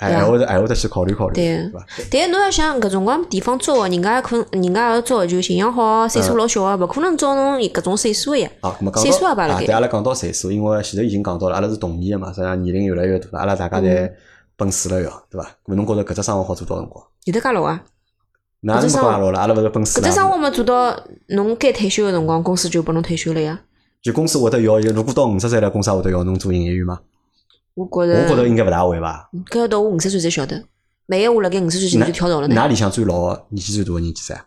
Speaker 1: 哎，还会得还会得去考虑考虑，
Speaker 2: 啊对
Speaker 1: 对伐？
Speaker 2: 但是侬要想搿辰光地方招个，人家也可能，人家也要招个就形象好，岁数老小啊个，勿可能招侬搿种岁数个呀。
Speaker 1: 啊，咁么讲
Speaker 2: 岁数也
Speaker 1: 到
Speaker 2: 摆辣
Speaker 1: 啊，
Speaker 2: 盖
Speaker 1: 对阿拉讲到岁数，因为前头已经讲到了，阿拉是同年个嘛，实际上年龄越来越大了，阿拉大家
Speaker 2: 嗯
Speaker 1: 侪奔四了要，对伐？咁么侬觉着搿只生活好做到辰光？
Speaker 2: 有得介老啊？
Speaker 1: 哪能
Speaker 2: 搿只
Speaker 1: 没
Speaker 2: 生
Speaker 1: 讲阿拉了？阿拉勿是奔四
Speaker 2: 搿
Speaker 1: 了
Speaker 2: 只生
Speaker 1: 嘛？
Speaker 2: 活嘛，做到侬该退休个辰光，公司就拨侬退休了呀。
Speaker 1: 就公司会得要，如果到五十岁了，公司也会得要侬做营业员吗？
Speaker 2: 我觉
Speaker 1: 我觉着
Speaker 2: 着，
Speaker 1: 应该勿大会吧？
Speaker 2: 搿要到我五十岁才晓得。万一我辣盖五十岁前头就跳槽了
Speaker 1: 㑚
Speaker 2: 呢？
Speaker 1: 里向最老的年纪最大个人几岁啊？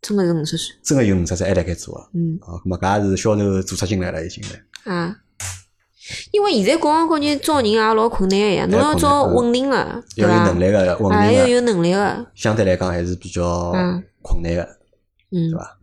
Speaker 2: 真个是五十岁。
Speaker 1: 真个有五十岁还辣盖做啊？
Speaker 2: 嗯。
Speaker 1: 啊，咁么搿也是销售做出进来了已经了。
Speaker 2: 啊，因为现在各行各业招人也老困难个
Speaker 1: 哎
Speaker 2: 呀，侬要招稳定个，对
Speaker 1: 要有能
Speaker 2: 伐？
Speaker 1: 力个稳
Speaker 2: 还哎
Speaker 1: 定
Speaker 2: 要
Speaker 1: 个，
Speaker 2: 有能力个，
Speaker 1: 相对来讲还是比较
Speaker 2: 嗯
Speaker 1: 困难个。
Speaker 2: 嗯
Speaker 1: 对，伐？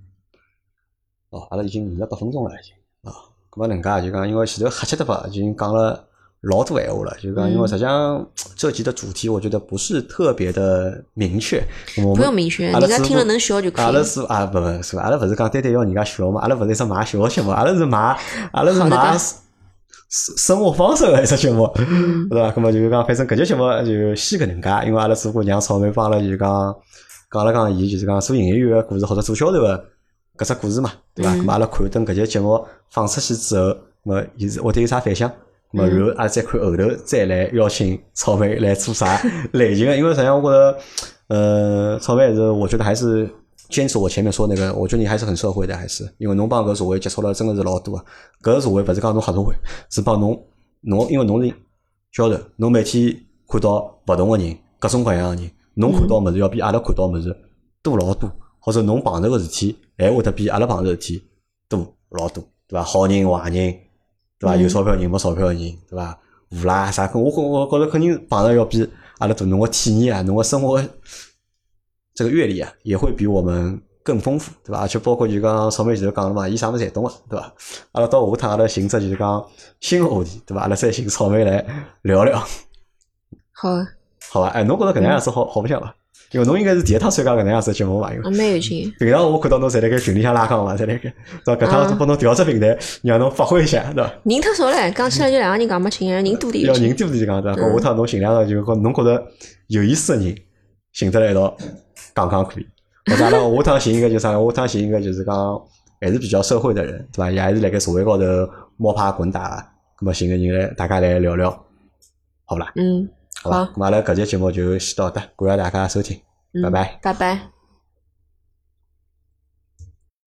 Speaker 1: 哦，阿拉已经五十八分钟了，已经啊。咁么人家就讲，因为前头瞎七搭八已经讲了老多闲话了，就讲因为实际上这集的主题我觉得不是特别的明确，我
Speaker 2: 不
Speaker 1: 们
Speaker 2: 用明确，
Speaker 1: 阿拉
Speaker 2: 人家
Speaker 1: 是
Speaker 2: 听了能笑就可
Speaker 1: 阿
Speaker 2: 以
Speaker 1: 拉
Speaker 2: 了。
Speaker 1: 是啊，不不是，阿拉勿是讲单单要人家笑嘛，阿拉勿是一只买笑个节目，阿拉是买阿拉是
Speaker 2: 好的
Speaker 1: 买
Speaker 2: 的
Speaker 1: 生生活方式个一只节目，
Speaker 2: 嗯
Speaker 1: 对伐？咁么就是讲，反正搿节节目就先搿能介，因为阿拉只顾让草莓帮阿拉就是讲讲了讲伊就是讲做营业员个故事或者做销售个搿只故事嘛，对伐？
Speaker 2: 嗯
Speaker 1: 咁么阿拉看等搿节节目放出去之后，咁么伊是会得有啥反响？咁么
Speaker 2: 嗯
Speaker 1: 然后阿拉再看后头再来邀请草莓来做啥类型个，因为实际上我觉得，呃，草莓还是我觉得还是坚持我前面说那个，我觉得你还是很社会的，还是因为侬帮搿社会接触了真的是老多啊。搿社会勿是讲侬黑社会，是帮侬侬因为侬是销售，侬每天看到勿同个人，各种各样个人，侬看到物事要比阿拉看到物事多老多，或者侬碰着个事体还会得比阿拉碰着的事体多老多。对伐？好人坏人，对伐？有钞票人没钞票人，对伐？无赖啥，我我我觉着肯定碰着要比阿拉侬个体验啊，侬个生活这个阅历啊，也会比我们更丰富，对伐？而且包括就讲草莓前头讲了嘛，伊啥物事侪懂个，啊对伐？阿拉到下趟阿拉寻只就是讲新个话题，对伐？阿拉再寻草莓来聊聊，
Speaker 2: 好，啊，
Speaker 1: 好伐？哎，侬觉着搿能样子好好白相伐？因为侬应该是第一趟参加搿能样子的节目伐？因为
Speaker 2: 蛮有劲。
Speaker 1: 平常我看到侬侪辣盖群里向拉杠嘛，侪辣盖，对伐？搿趟
Speaker 2: 啊
Speaker 1: 我帮侬调只平台，让侬发挥一下，对伐？
Speaker 2: 人太少了，讲起来就两个人讲没情，人人多点
Speaker 1: 嗯要
Speaker 2: 有
Speaker 1: 人
Speaker 2: 劲。
Speaker 1: 多点就讲对
Speaker 2: 嗯
Speaker 1: 伐？搿下趟侬尽量个就是讲侬觉着有意思个人，寻得来一道讲讲可以。或者阿拉下趟寻一个就是啥呢？下趟寻一个就是讲还是比较社会的人，对伐？也还是辣盖社会高头摸爬滚打，葛末寻个人来大家来聊聊，好勿啦？
Speaker 2: 嗯，
Speaker 1: 好伐
Speaker 2: 好？
Speaker 1: 咁阿拉搿节节目就先到搿搭，感谢大家收听，
Speaker 2: 嗯
Speaker 1: 拜拜。
Speaker 2: 拜拜。